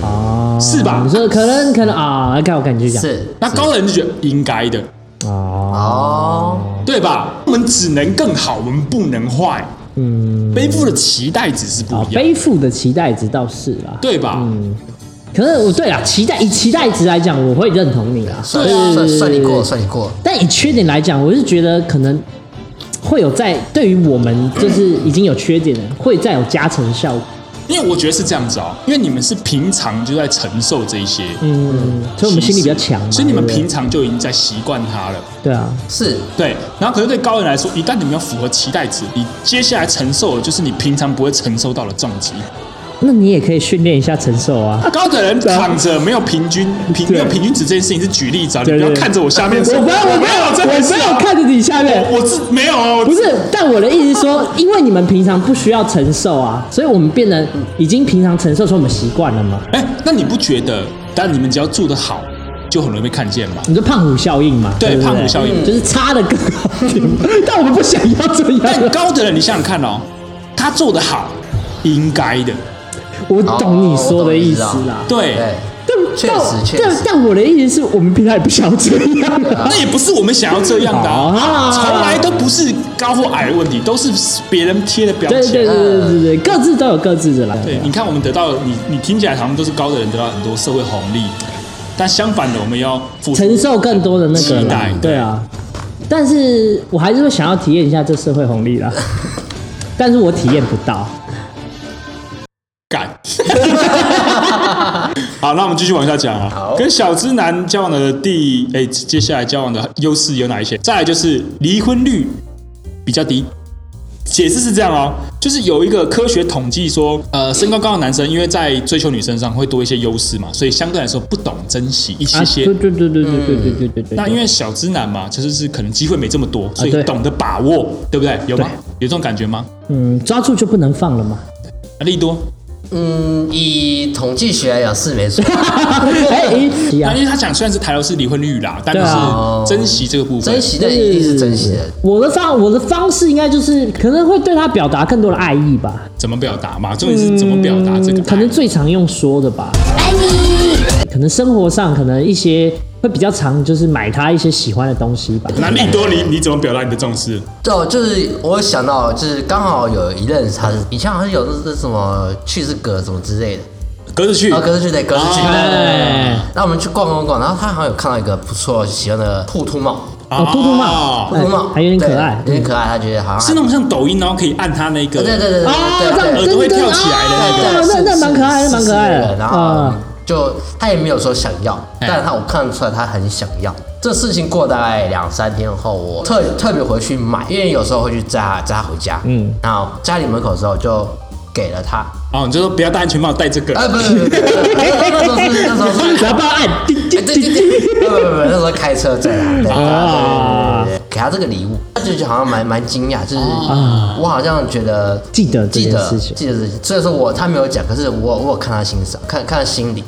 [SPEAKER 2] 啊，
[SPEAKER 1] 是吧
[SPEAKER 2] 你说可能可能啊，看我感觉讲
[SPEAKER 3] 是
[SPEAKER 1] 那高的人就觉得应该的，
[SPEAKER 2] 啊，
[SPEAKER 3] 哦，
[SPEAKER 1] 对吧？我们只能更好，我们不能坏。嗯，背负的期待值是不
[SPEAKER 2] 啊
[SPEAKER 1] 一样，
[SPEAKER 2] 背嗯负的期待值倒是啦。
[SPEAKER 1] 对吧？
[SPEAKER 2] 可是我对啦，期待以期待值来讲，我会认同你啦。
[SPEAKER 3] 算算算你过，算你过。
[SPEAKER 2] 但以缺点来讲，我是觉得可能会有在对于我们就是已经有缺点的，会再有加成效果。
[SPEAKER 1] 因为我觉得是这样子哦，因为你们是平常就在承受这一些，
[SPEAKER 2] 嗯，所以我们心理比较强嘛，
[SPEAKER 1] 所以你们
[SPEAKER 2] 对不对
[SPEAKER 1] 平常就已经在习惯它了。
[SPEAKER 2] 对啊，
[SPEAKER 3] 是
[SPEAKER 1] 对，然后可是对高人来说，一旦你们要符合期待值，你接下来承受的就是你平常不会承受到的撞击。
[SPEAKER 2] 那你也可以训练一下承受啊。
[SPEAKER 1] 高的人躺着没有平均平没有平均值这件事情是举例子啊，你
[SPEAKER 2] 对
[SPEAKER 1] 不要
[SPEAKER 2] 对对
[SPEAKER 1] 看着我下面
[SPEAKER 2] 我
[SPEAKER 1] 说，
[SPEAKER 2] 没有，我没有，
[SPEAKER 1] 这
[SPEAKER 2] 我
[SPEAKER 1] 回事
[SPEAKER 2] 没
[SPEAKER 1] 啊
[SPEAKER 2] 有看着你下面。
[SPEAKER 1] 我是没有哦，
[SPEAKER 2] 不是，但我的意思是说，因为你们平常不需要承受啊，所以我们变得已经平常承受，所以我们习惯了嘛。
[SPEAKER 1] 哎，那你不觉得？但你们只要做得好，就很容易被看见吗？
[SPEAKER 2] 你说胖虎效应嘛？
[SPEAKER 1] 对
[SPEAKER 2] 不嗯
[SPEAKER 1] 胖虎效应
[SPEAKER 2] 就是差的更好一点。但我们不想要这
[SPEAKER 1] 但
[SPEAKER 2] 样。
[SPEAKER 1] 高的人，你想想看哦，他做得好，应该的。
[SPEAKER 2] 我懂你说的意思啦。
[SPEAKER 1] 对，
[SPEAKER 3] 对，
[SPEAKER 2] 但
[SPEAKER 3] 确
[SPEAKER 2] 但
[SPEAKER 3] 实确
[SPEAKER 2] 但
[SPEAKER 3] 实
[SPEAKER 2] 但我的意思是我们平常也不想要这样啊。
[SPEAKER 1] 那也不是我们想要这样的、
[SPEAKER 2] 好好好
[SPEAKER 1] 啊，从
[SPEAKER 2] 好
[SPEAKER 1] 来都不是高或矮的问题，都是别人贴的标
[SPEAKER 2] 对
[SPEAKER 1] 签。
[SPEAKER 2] 对对对对对，各自都有各自的啦。
[SPEAKER 1] 对，你看我们得到，你你听起来好像都是高的人得到很多社会红利，但相反的，我们要付出
[SPEAKER 2] 承受更多的那个
[SPEAKER 1] 期
[SPEAKER 2] 啦
[SPEAKER 1] 待
[SPEAKER 2] 对啊。但是我还是会想要体验一下这社会红利啦，但是我体验不到。
[SPEAKER 1] 干。 好，那我们继续往下讲啊。跟小资男交往的第哎，接下来交往的优势有哪一些？再来就是离婚率比较低。解释是这样哦，就是有一个科学统计说，呃，身高高的男生因为在追求女生上会多一些优势嘛，所以相对来说不懂珍惜一些
[SPEAKER 2] 啊，
[SPEAKER 1] 些。
[SPEAKER 2] 对对对对对对对对对对。
[SPEAKER 1] 那因为小资男嘛，就是是可能机会没这么多，所
[SPEAKER 2] 啊对
[SPEAKER 1] 以懂得把握，对不对？有吗
[SPEAKER 2] 对？
[SPEAKER 1] 有这种感觉吗？
[SPEAKER 2] 嗯，抓住就不能放了嘛。
[SPEAKER 1] 啊利多，
[SPEAKER 3] 嗯，以统计学来讲是没 错，
[SPEAKER 2] 哎，咦一
[SPEAKER 1] 那
[SPEAKER 2] 样
[SPEAKER 1] 因。为他讲虽然是台楼是离婚率啦，但
[SPEAKER 2] 对
[SPEAKER 1] 是
[SPEAKER 2] 啊
[SPEAKER 1] 珍惜这个部分，
[SPEAKER 3] 珍惜的一定是珍惜的。
[SPEAKER 2] 我的方我的方式应该就是可能会对他表达更多的爱意吧。
[SPEAKER 1] 怎么表达嘛？重点是怎么表达这个爱、
[SPEAKER 2] 嗯可能最常用说的吧。爱你。可能生活上可能一些会比较常就是买他一些喜欢的东西吧。
[SPEAKER 1] 那利多你你怎么表达你的重视？
[SPEAKER 3] 对哦，就是我想到，就是刚好有一任他是以前好像有那那什么去是葛什么之类的，
[SPEAKER 1] 隔着去，
[SPEAKER 3] 然后格子哦去对格子去，
[SPEAKER 2] 哎，
[SPEAKER 3] 那我们去逛逛逛，然后他好像有看到一个不错喜欢的兔兔帽，
[SPEAKER 1] 啊
[SPEAKER 2] 哦，嘟嘟帽，
[SPEAKER 3] 兔
[SPEAKER 2] 哎
[SPEAKER 3] 兔帽
[SPEAKER 2] 还有点可爱，
[SPEAKER 3] 对有点可爱，他觉得好像
[SPEAKER 1] 是那种像抖音，然后可以按他那个，
[SPEAKER 3] 对对对对对
[SPEAKER 2] 啊，
[SPEAKER 3] 对
[SPEAKER 2] 这样
[SPEAKER 3] 对
[SPEAKER 1] 耳朵会跳起来的那个
[SPEAKER 2] 啊那那
[SPEAKER 3] 是
[SPEAKER 2] 蛮可爱的，
[SPEAKER 3] 是
[SPEAKER 2] 蛮可爱
[SPEAKER 3] 是
[SPEAKER 2] 的
[SPEAKER 3] 然后
[SPEAKER 2] 啊。
[SPEAKER 3] 就他也没有说想要，但他我看得出来他很想要。这事情过大概两三天后，我特特别回去买，因为有时候会去载他载他回家，嗯，然后家里门口的时候就给了他，
[SPEAKER 1] 哦，你就说不要戴安全帽，戴这个。
[SPEAKER 3] 哎，不是，不是不是那时候是那时候 是
[SPEAKER 2] 然后帮他按滴滴
[SPEAKER 3] 对对对，对不不不，那时候开车在啊，对
[SPEAKER 2] 啊
[SPEAKER 3] 啊对对对对对给他这个礼物，他就觉得好像蛮蛮惊讶，就是我好像觉得
[SPEAKER 2] 记得这
[SPEAKER 3] 记
[SPEAKER 2] 件
[SPEAKER 3] 得
[SPEAKER 2] 事情
[SPEAKER 3] 记得这件事，虽然说我他没有讲，可是我我有看他欣赏，看看他心里，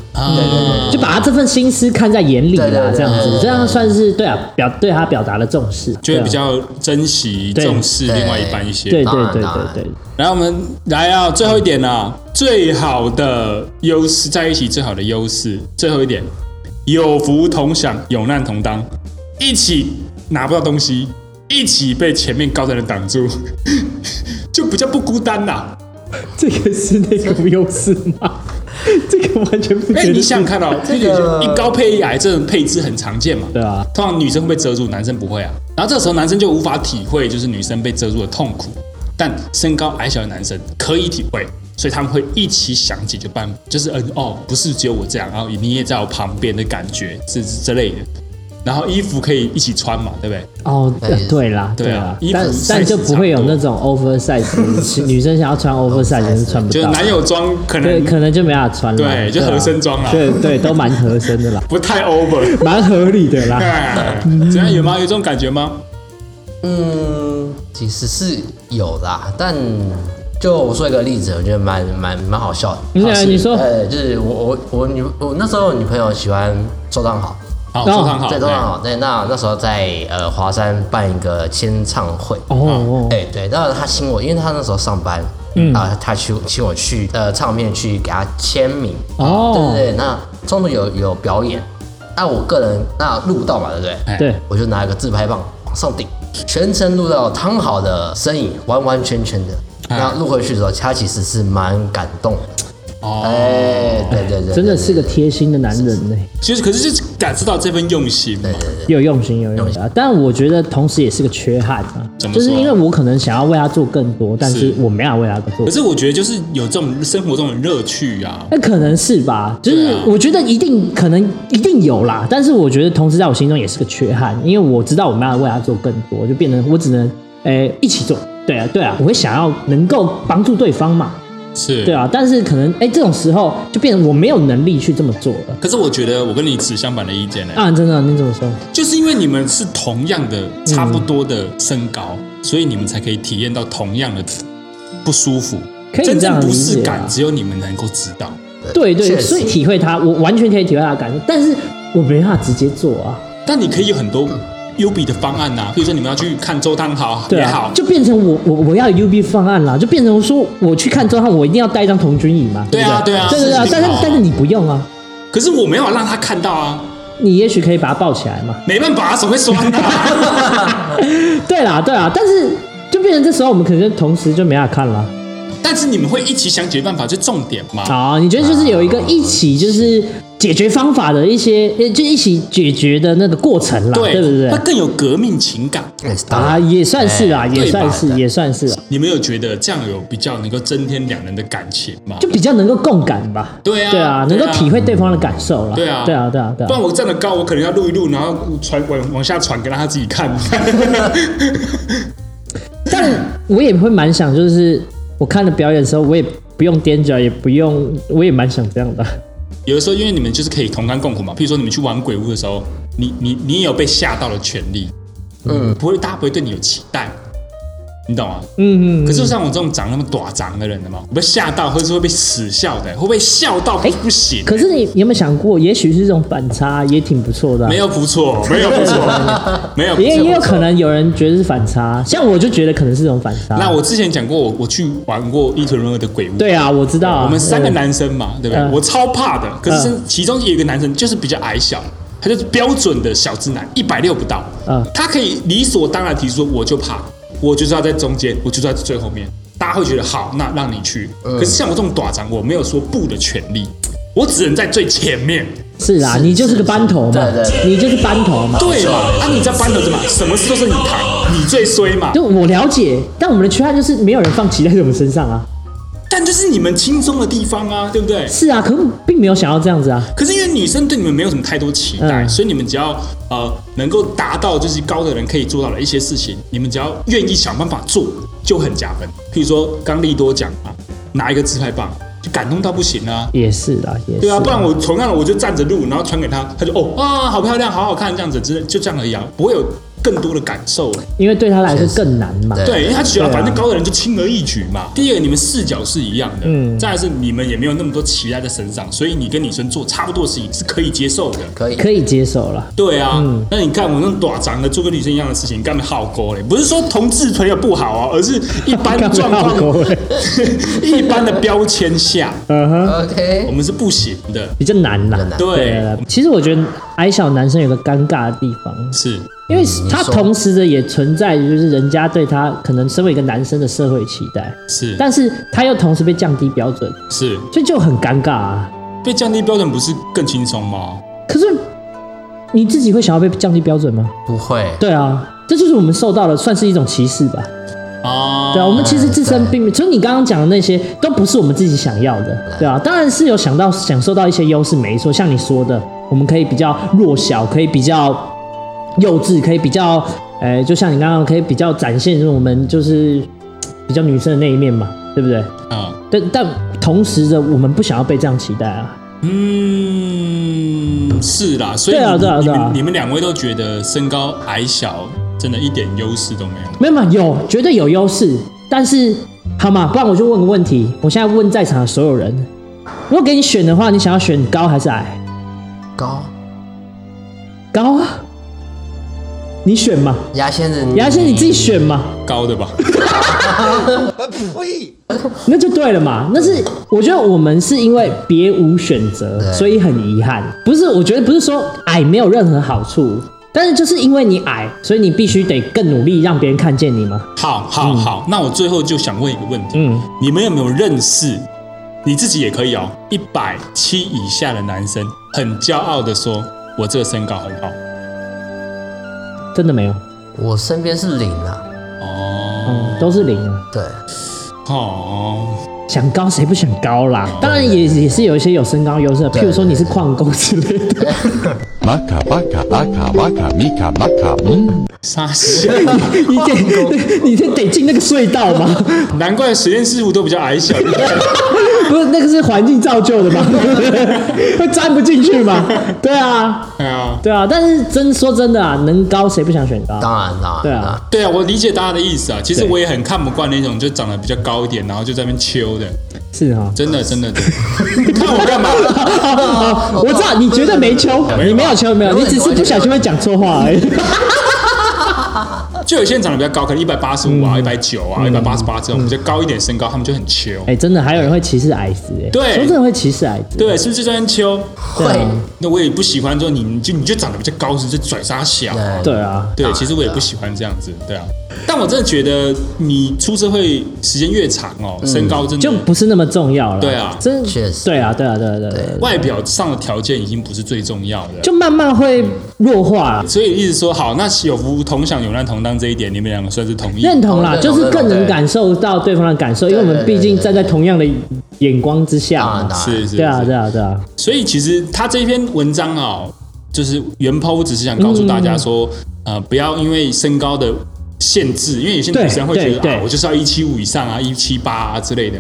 [SPEAKER 2] 就把他这份心思看在眼里
[SPEAKER 3] 对对
[SPEAKER 2] 啦，
[SPEAKER 3] 对
[SPEAKER 2] 这样
[SPEAKER 3] 对对
[SPEAKER 2] 子，
[SPEAKER 3] 对
[SPEAKER 2] 这样算是对啊表对他表达的重视，
[SPEAKER 1] 就会比
[SPEAKER 2] 对啊
[SPEAKER 1] 较珍惜、
[SPEAKER 2] 对
[SPEAKER 1] 重视
[SPEAKER 3] 对
[SPEAKER 1] 另外一半一些。
[SPEAKER 2] 对
[SPEAKER 3] 当
[SPEAKER 2] 对
[SPEAKER 3] 然
[SPEAKER 2] 对
[SPEAKER 3] 当
[SPEAKER 2] 对
[SPEAKER 3] 然
[SPEAKER 2] 对，
[SPEAKER 1] 然后我们来啊，最后一点啊，最好的优势，在一起最好的优势，最后一点，有福同享，有难同当，一起拿不到东西，一起被前面高的人挡住， 就比较不孤单啦、
[SPEAKER 2] 这个是那个优势吗？ 这个完全不
[SPEAKER 1] 哎、
[SPEAKER 2] 觉
[SPEAKER 1] 你想
[SPEAKER 2] 得是
[SPEAKER 1] 想看哦，这个一高配一矮这种配置很常见嘛？
[SPEAKER 2] 对啊，
[SPEAKER 1] 通常女生会被遮住，男生不会啊。然后这时候男生就无法体会就是女生被遮住的痛苦，但身高矮小的男生可以体会，所以他们会一起想解决办法，就是嗯哦，不是只有我这样，然后你也在我旁边的感觉，这之类的。然后衣服可以一起穿嘛，对不对？
[SPEAKER 2] 哦，呃对啦，
[SPEAKER 1] 对啊
[SPEAKER 2] 对啦
[SPEAKER 1] 衣，服
[SPEAKER 2] 但
[SPEAKER 1] size
[SPEAKER 2] 但就不会有那种 oversize，女 生想要穿 oversize 也是穿不
[SPEAKER 1] 就是
[SPEAKER 2] 到，
[SPEAKER 1] 男友装可
[SPEAKER 2] 对，
[SPEAKER 1] 能
[SPEAKER 2] 可能就没办法穿了，
[SPEAKER 1] 对就
[SPEAKER 2] 啊
[SPEAKER 1] 合身装啦
[SPEAKER 2] 对对，都蛮合身的啦，
[SPEAKER 1] 不太 over，
[SPEAKER 2] 蛮合理的 啦。
[SPEAKER 1] 哎怎样有吗？有这种感觉吗？
[SPEAKER 3] 嗯，其实是有啦，但。就我说一个例子，我觉得蛮蛮蛮好笑的。
[SPEAKER 2] 你
[SPEAKER 1] 是
[SPEAKER 2] 啊你说
[SPEAKER 3] 呃，就是我我我女我那时候女朋友喜欢周汤豪，
[SPEAKER 1] 好，
[SPEAKER 2] 然后
[SPEAKER 1] 收藏好，
[SPEAKER 3] 在周汤豪，对，那那时候在呃华山办一个签唱会，
[SPEAKER 2] 哦哦，
[SPEAKER 3] 哎，对，当然他请我，因为他那时候上班，嗯啊，他去请我去呃唱片去给他签名，
[SPEAKER 2] 哦
[SPEAKER 3] 对对对，那中途有有表演，那我个人那录到嘛，对不对？
[SPEAKER 1] 哎
[SPEAKER 2] 对，
[SPEAKER 3] 我就拿一个自拍棒往上顶，全程录到汤好的身影，完完全全的。
[SPEAKER 1] 哎
[SPEAKER 3] 那录回去的时候，他其实是蛮感动的，哎，对对对，
[SPEAKER 2] 哦真的是个贴心的男人呢、
[SPEAKER 1] 其实可是就是感受到这份用心嘛。
[SPEAKER 2] 有用心有用心啊。但我觉得同时也是个缺憾啊，
[SPEAKER 1] 怎么
[SPEAKER 2] 就是
[SPEAKER 1] 说
[SPEAKER 2] 因为我可能想要为他做更多，但是
[SPEAKER 1] 是
[SPEAKER 2] 我没有为他做
[SPEAKER 1] 可。是我觉得就是有这种生活中的乐趣啊，
[SPEAKER 2] 那可能是吧，就
[SPEAKER 1] 对
[SPEAKER 2] 是
[SPEAKER 1] 啊
[SPEAKER 2] 我觉得一定可能一定有啦，但是我觉得同时在我心中也是个缺憾，因为我知道我们要为他做更多，就变成我只能诶、一起做。对啊，对啊，我会想要能够帮助对方嘛，
[SPEAKER 1] 是
[SPEAKER 2] 对。啊，但是可能诶、这种时候就变成我没有能力去这么做了。
[SPEAKER 1] 可是我觉得我跟你持相反的意见呢、
[SPEAKER 2] 啊，真的，你怎么说？
[SPEAKER 1] 就是因为你们是同样的、差不多的身高，
[SPEAKER 2] 嗯
[SPEAKER 1] 所以你们才可以体验到同样的不舒服。
[SPEAKER 2] 可以
[SPEAKER 1] 真
[SPEAKER 2] 这
[SPEAKER 1] 正
[SPEAKER 2] 样
[SPEAKER 1] 不
[SPEAKER 2] 理
[SPEAKER 1] 适
[SPEAKER 2] 解
[SPEAKER 1] 感
[SPEAKER 2] 啊，
[SPEAKER 1] 只有你们能够知道。
[SPEAKER 2] 对对，
[SPEAKER 3] 确实
[SPEAKER 2] 所以体会他，我完全可以体会他的感受，但是我没办法直接做啊。
[SPEAKER 1] 但你可以有很多优比的方案呐、比如说你们要去看周汤豪
[SPEAKER 2] 对
[SPEAKER 1] 也
[SPEAKER 2] 啊
[SPEAKER 1] 好，，
[SPEAKER 2] 就变成我我我要有 UB 方案啦，就变成说我去看周汉，我一定要带一张童军椅嘛，
[SPEAKER 1] 对
[SPEAKER 2] 对
[SPEAKER 1] 啊
[SPEAKER 2] 不对
[SPEAKER 1] 对啊
[SPEAKER 2] 对对
[SPEAKER 1] 是
[SPEAKER 2] 啊
[SPEAKER 1] 是，
[SPEAKER 2] 但是
[SPEAKER 1] 是
[SPEAKER 2] 但是你不用啊，
[SPEAKER 1] 可是我没办法让他看到啊，
[SPEAKER 2] 你也许可以把它抱起来 嘛，
[SPEAKER 1] 没办法，手会酸的、啊
[SPEAKER 2] 对啦对啦，但是就变成这时候我们可能就同时就没办法看了
[SPEAKER 1] 但是你们会一起想解决办法，这重点嘛。
[SPEAKER 2] 啊，你觉得就是有一个一起就是解决方法的一些，呃就一起解决的那个过程啦，对不对
[SPEAKER 1] 那？更有革命情感。
[SPEAKER 3] 哎当然
[SPEAKER 2] 啊，也算是啊，也
[SPEAKER 1] 哎对吧
[SPEAKER 2] 算是，也算是啊，
[SPEAKER 1] 你们有觉得这样有比较能够增添两人的感情吗？
[SPEAKER 2] 就比较能够共感吧。
[SPEAKER 1] 对啊
[SPEAKER 2] 对啊，
[SPEAKER 1] 对
[SPEAKER 2] 能
[SPEAKER 1] 啊
[SPEAKER 2] 够体会对方的感受了。
[SPEAKER 1] 对啊
[SPEAKER 2] 对啊，对啊，对
[SPEAKER 1] 不然
[SPEAKER 2] 啊。
[SPEAKER 1] 我站得高，我可能要录一录，然后传往往下传，给他自己看。
[SPEAKER 2] 但我也会蛮想，就是我看了表演的时候，我也不用踮脚，也不用，我也蛮想这 样的。
[SPEAKER 1] 有的时候，因为你们就是可以同甘共苦嘛。譬如说，你们去玩鬼屋的时候，你你你也有被吓到的权利，嗯，不会，大家不会对你有期待，你懂吗？
[SPEAKER 2] 嗯，
[SPEAKER 1] 可是像我这种长那么短长的人的嘛，我被吓到，或者是会被耻笑的，会被笑到
[SPEAKER 2] 哎
[SPEAKER 1] 不行。
[SPEAKER 2] 可是你有没有想过，也许是这种反差也挺不错的、啊
[SPEAKER 1] 没。有不错，没有不 错，没有不
[SPEAKER 2] 也
[SPEAKER 1] 错。
[SPEAKER 2] 也有可能有人觉得是反差，像我就觉得可能是这种反差。
[SPEAKER 1] 那我之前讲过，我我去玩过伊藤润二的鬼屋，
[SPEAKER 2] 对啊，我知道啊。
[SPEAKER 1] 我们三个
[SPEAKER 2] 嗯
[SPEAKER 1] 男生嘛，对不对？
[SPEAKER 2] 嗯
[SPEAKER 1] 我超怕的，可是
[SPEAKER 2] 嗯
[SPEAKER 1] 其中有一个男生就是比较矮小，他就是标准的小直男，一百六不到。
[SPEAKER 2] 嗯
[SPEAKER 1] 他可以理所当然提出，我就怕，我就是要在中间，我就是要在最后面。大家会觉得好，那让你去。可是像我这种短长，我没有说不的权利，我只能在最前面，
[SPEAKER 2] 是啦，你就是个班头嘛
[SPEAKER 3] 对对，
[SPEAKER 2] 你就是班头嘛。
[SPEAKER 1] 对嘛？啊，你在班头怎么？什么事都是你扛，你最衰嘛。
[SPEAKER 2] 就我了解，但我们的缺憾就是没有人放期待在我们身上啊。
[SPEAKER 1] 但就是你们轻松的地方啊，对不对？
[SPEAKER 2] 是啊，可我并没有想要这样子啊。
[SPEAKER 1] 可是因为女生对你们没有什么太多期待，
[SPEAKER 2] 嗯
[SPEAKER 1] 所以你们只要呃能够达到就是高的人可以做到的一些事情，你们只要愿意想办法做，就很加分。譬如说刚利多讲啊，拿一个自拍棒就感动到不行啊。
[SPEAKER 2] 也是啦，也是。
[SPEAKER 1] 对啊，不然我同样的我就站着录，然后传给他，他就哦啊，好漂亮，好好看，这样子，之类就这样而已啊，不会有更多的感受。
[SPEAKER 2] 因为对他来说更难嘛。
[SPEAKER 3] 对
[SPEAKER 1] 对，因为他觉得
[SPEAKER 2] 对啊
[SPEAKER 1] 反正高的人就轻而易举嘛。第一个，你们视角是一样的，
[SPEAKER 2] 嗯
[SPEAKER 1] 再来是你们也没有那么多期待在身上，所以你跟女生做差不多的事情是可以接受的。
[SPEAKER 3] 可以
[SPEAKER 2] 可以接受了。
[SPEAKER 1] 对啊，
[SPEAKER 2] 嗯
[SPEAKER 1] 那你看我那种短长的做跟女生一样的事情，干嘛好勾嘞？不是说同志朋友不好哦，而是一般的状
[SPEAKER 2] 干嘛好勾
[SPEAKER 1] 况
[SPEAKER 2] 嘞，
[SPEAKER 1] 一般的标签下，我
[SPEAKER 3] ，OK，
[SPEAKER 1] 们是不行的。
[SPEAKER 2] 比较难啦
[SPEAKER 3] 难。
[SPEAKER 1] 对，
[SPEAKER 2] 啦其实我觉得矮小男生有个尴尬的地方，
[SPEAKER 1] 是
[SPEAKER 2] 因为他
[SPEAKER 3] 你说
[SPEAKER 2] 同时的也存在就是人家对他可能身为一个男生的社会期待，
[SPEAKER 1] 是
[SPEAKER 2] 但是他又同时被降低标准，
[SPEAKER 1] 是，
[SPEAKER 2] 所以就很尴尬啊。
[SPEAKER 1] 被降低标准不是更轻松吗？
[SPEAKER 2] 可是你自己会想要被降低标准吗？
[SPEAKER 3] 不会，
[SPEAKER 2] 对啊，这就是我们受到的算是一种歧视吧。
[SPEAKER 1] 啊，
[SPEAKER 2] 对啊，我们其实自身并没，就是你刚刚讲的那些，都不是我们自己想要的，对啊，当然是有想到享受到一些优势，没错，像你说的，我们可以比较弱小，可以比较幼稚，可以比较，呃，就像你刚刚可以比较展现我们就是比较女生的那一面嘛，对不对？
[SPEAKER 1] 啊，
[SPEAKER 2] 但但同时的，我们不想要被这样期待啊，
[SPEAKER 1] 嗯，是啦，所以
[SPEAKER 2] 对啊
[SPEAKER 1] 你
[SPEAKER 2] 对啊
[SPEAKER 1] 你
[SPEAKER 2] 对啊
[SPEAKER 1] 们你们两位都觉得身高矮小真的一点优势都没有。
[SPEAKER 2] 没有嘛，有绝对有优势，但是好嘛，不然我就问个问题，我现在问在场的所有人，如果给你选的话，你想要选高还是矮？
[SPEAKER 3] 高
[SPEAKER 2] 高啊，你选嘛，
[SPEAKER 3] 牙仙子，
[SPEAKER 2] 牙仙你自己选嘛，
[SPEAKER 1] 高的吧？
[SPEAKER 2] 那就对了嘛。那是我觉得我们是因为别无选择，
[SPEAKER 3] 对
[SPEAKER 2] 所以很遗憾。不是，我觉得不是说矮没有任何好处，但是就是因为你矮，所以你必须得更努力让别人看见你嘛。
[SPEAKER 1] 好好好，那我最后就想问一个问题，
[SPEAKER 2] 嗯
[SPEAKER 1] 你们有没有认识你自己也可以哦。一百七以下的男生很骄傲的说：“我这个身高很好。
[SPEAKER 2] 真的没有，
[SPEAKER 3] 我身边是零啊，”
[SPEAKER 1] 哦，
[SPEAKER 2] 嗯，都是零啊。
[SPEAKER 3] 对，
[SPEAKER 1] 哦，
[SPEAKER 2] 想高谁不想高啦？当然也也是有一些有身高优势的，啊譬如说你是矿工之类的。
[SPEAKER 8] Maca, baca, baca, baca, mica, maca, mm.
[SPEAKER 1] 傻笑。
[SPEAKER 2] 你得 你得得进那个隧道吗？
[SPEAKER 1] 难怪实验室都比较矮 小。
[SPEAKER 2] 不是那个是环境造就的吗？会钻不进去吗？对啊，
[SPEAKER 1] 对啊，
[SPEAKER 2] 对啊。但是真说真的啊，能高谁不想选高？
[SPEAKER 3] 当然当然，
[SPEAKER 2] 对啊
[SPEAKER 3] 当然，
[SPEAKER 1] 对啊，我理解大家的意思啊。其实
[SPEAKER 2] 对
[SPEAKER 1] 我也很看不惯那种就长得比较高一点，然后就在那边秋的，
[SPEAKER 2] 是啊哈、
[SPEAKER 1] 真 的真的。真的你看我干嘛？
[SPEAKER 2] 我知道你绝对没秋，你没有秋，没有，你只是不小心会讲错话而已。
[SPEAKER 1] 就有些人长得比较高，可能一百八十五啊、一百九啊、一百八十八这种比较高一点身高，他们就很秋。
[SPEAKER 2] 哎、真的还有人会歧视矮子、哎，
[SPEAKER 1] 对
[SPEAKER 2] 说真的会歧视矮子，
[SPEAKER 1] 对，是不是这边秋？
[SPEAKER 3] 会，
[SPEAKER 1] 那我也不喜欢说你，你就你就长得比较高，是不是拽沙小啊？
[SPEAKER 3] 对，
[SPEAKER 2] 对啊，
[SPEAKER 1] 对，其实我也不喜欢这样子，对啊。但我真的觉得你出社会时间越长哦，身高真的
[SPEAKER 2] 嗯就不是那么重要了。
[SPEAKER 1] 对啊
[SPEAKER 2] 真
[SPEAKER 3] 确实
[SPEAKER 2] 对啊，对啊，对啊，对啊对啊
[SPEAKER 1] 外表上的条件已经不是最重要的。
[SPEAKER 2] 就慢慢会弱化，啊
[SPEAKER 1] 所以一直说好，那有福同享有难同当这一点，你们两个算是同意。
[SPEAKER 2] 认同啦，
[SPEAKER 3] 哦认
[SPEAKER 2] 就
[SPEAKER 3] 同
[SPEAKER 2] 是更
[SPEAKER 3] 认
[SPEAKER 2] 能
[SPEAKER 3] 同
[SPEAKER 2] 感受到对方的感受，因为我
[SPEAKER 3] 对
[SPEAKER 2] 们
[SPEAKER 3] 对
[SPEAKER 2] 毕竟
[SPEAKER 3] 对对
[SPEAKER 2] 站在同样的眼光之下
[SPEAKER 3] 当然
[SPEAKER 2] 嘛。
[SPEAKER 3] 当然，
[SPEAKER 1] 是是，
[SPEAKER 2] 对啊，
[SPEAKER 1] 是
[SPEAKER 2] 对啊，对啊，
[SPEAKER 1] 所以其实他这篇文章啊、就是原抛只是想告诉大家说，
[SPEAKER 2] 嗯
[SPEAKER 1] 呃，不要因为身高的限制，因为有些
[SPEAKER 2] 对
[SPEAKER 1] 女生会觉
[SPEAKER 2] 对
[SPEAKER 1] 得
[SPEAKER 2] 对嗯
[SPEAKER 1] 啊，我就是要一七五以上啊，一七八啊之类的，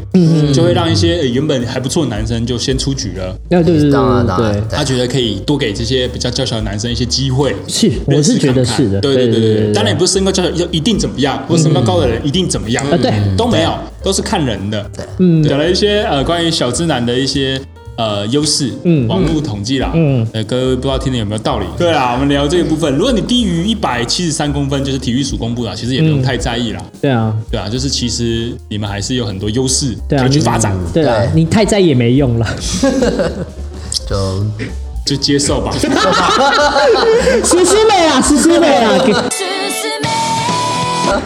[SPEAKER 1] 就会让一些、呃原本还不错的男生就先出局了。
[SPEAKER 2] 对对对对
[SPEAKER 3] 当然
[SPEAKER 2] 对
[SPEAKER 3] 当然
[SPEAKER 2] 对，
[SPEAKER 3] 对
[SPEAKER 1] 他觉得可以多给这些比较娇小的男生一些机会，
[SPEAKER 2] 是，我是觉得是的，
[SPEAKER 1] 对对
[SPEAKER 2] 对
[SPEAKER 1] 对对对，当然也
[SPEAKER 2] 对嗯
[SPEAKER 1] 不是身高较小一定怎么样，或身高高的人一定怎么样，
[SPEAKER 2] 啊对
[SPEAKER 1] 都没有，都是看人的。
[SPEAKER 2] 嗯
[SPEAKER 1] 讲了一些呃关于小资男的一些。呃，优势，
[SPEAKER 2] 嗯
[SPEAKER 1] 网络统计啦，
[SPEAKER 2] 嗯
[SPEAKER 1] 呃，各位不知道听的有没有道理？对啦，我们聊这个部分，如果你低于一百七十三公分，就是体育署公布啦，其实也不
[SPEAKER 2] 嗯
[SPEAKER 1] 用太在意啦，
[SPEAKER 2] 对啊，
[SPEAKER 1] 对啊，就是其实你们还是有很多优势
[SPEAKER 2] 对啊
[SPEAKER 1] 可以去发展，
[SPEAKER 2] 对啊
[SPEAKER 3] 对，
[SPEAKER 2] 你太在意也没 用了，
[SPEAKER 3] 就
[SPEAKER 1] 就接受 吧。
[SPEAKER 2] 实施美啊，实施美啊，给
[SPEAKER 9] 十四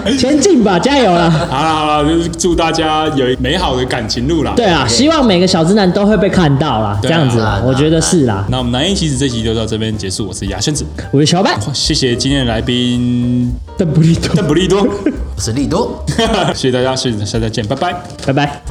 [SPEAKER 9] 妹，
[SPEAKER 2] 前进吧，加油啊啦！
[SPEAKER 1] 好啦好啦，就是祝大家有美好的感情路啦。
[SPEAKER 2] 对啊，希望每个小直男都会被看到啦，这
[SPEAKER 1] 对啊
[SPEAKER 2] 样子啦，我觉得是啦。
[SPEAKER 1] 那我们南一其实这集就到这边结束，我是牙仙子，
[SPEAKER 2] 我是小白，
[SPEAKER 1] 谢谢今天的来宾
[SPEAKER 2] 邓布利多，
[SPEAKER 1] 邓布利多，
[SPEAKER 3] 不是力度。
[SPEAKER 1] 谢谢大家，谢谢大家再见，拜拜。
[SPEAKER 2] 拜拜。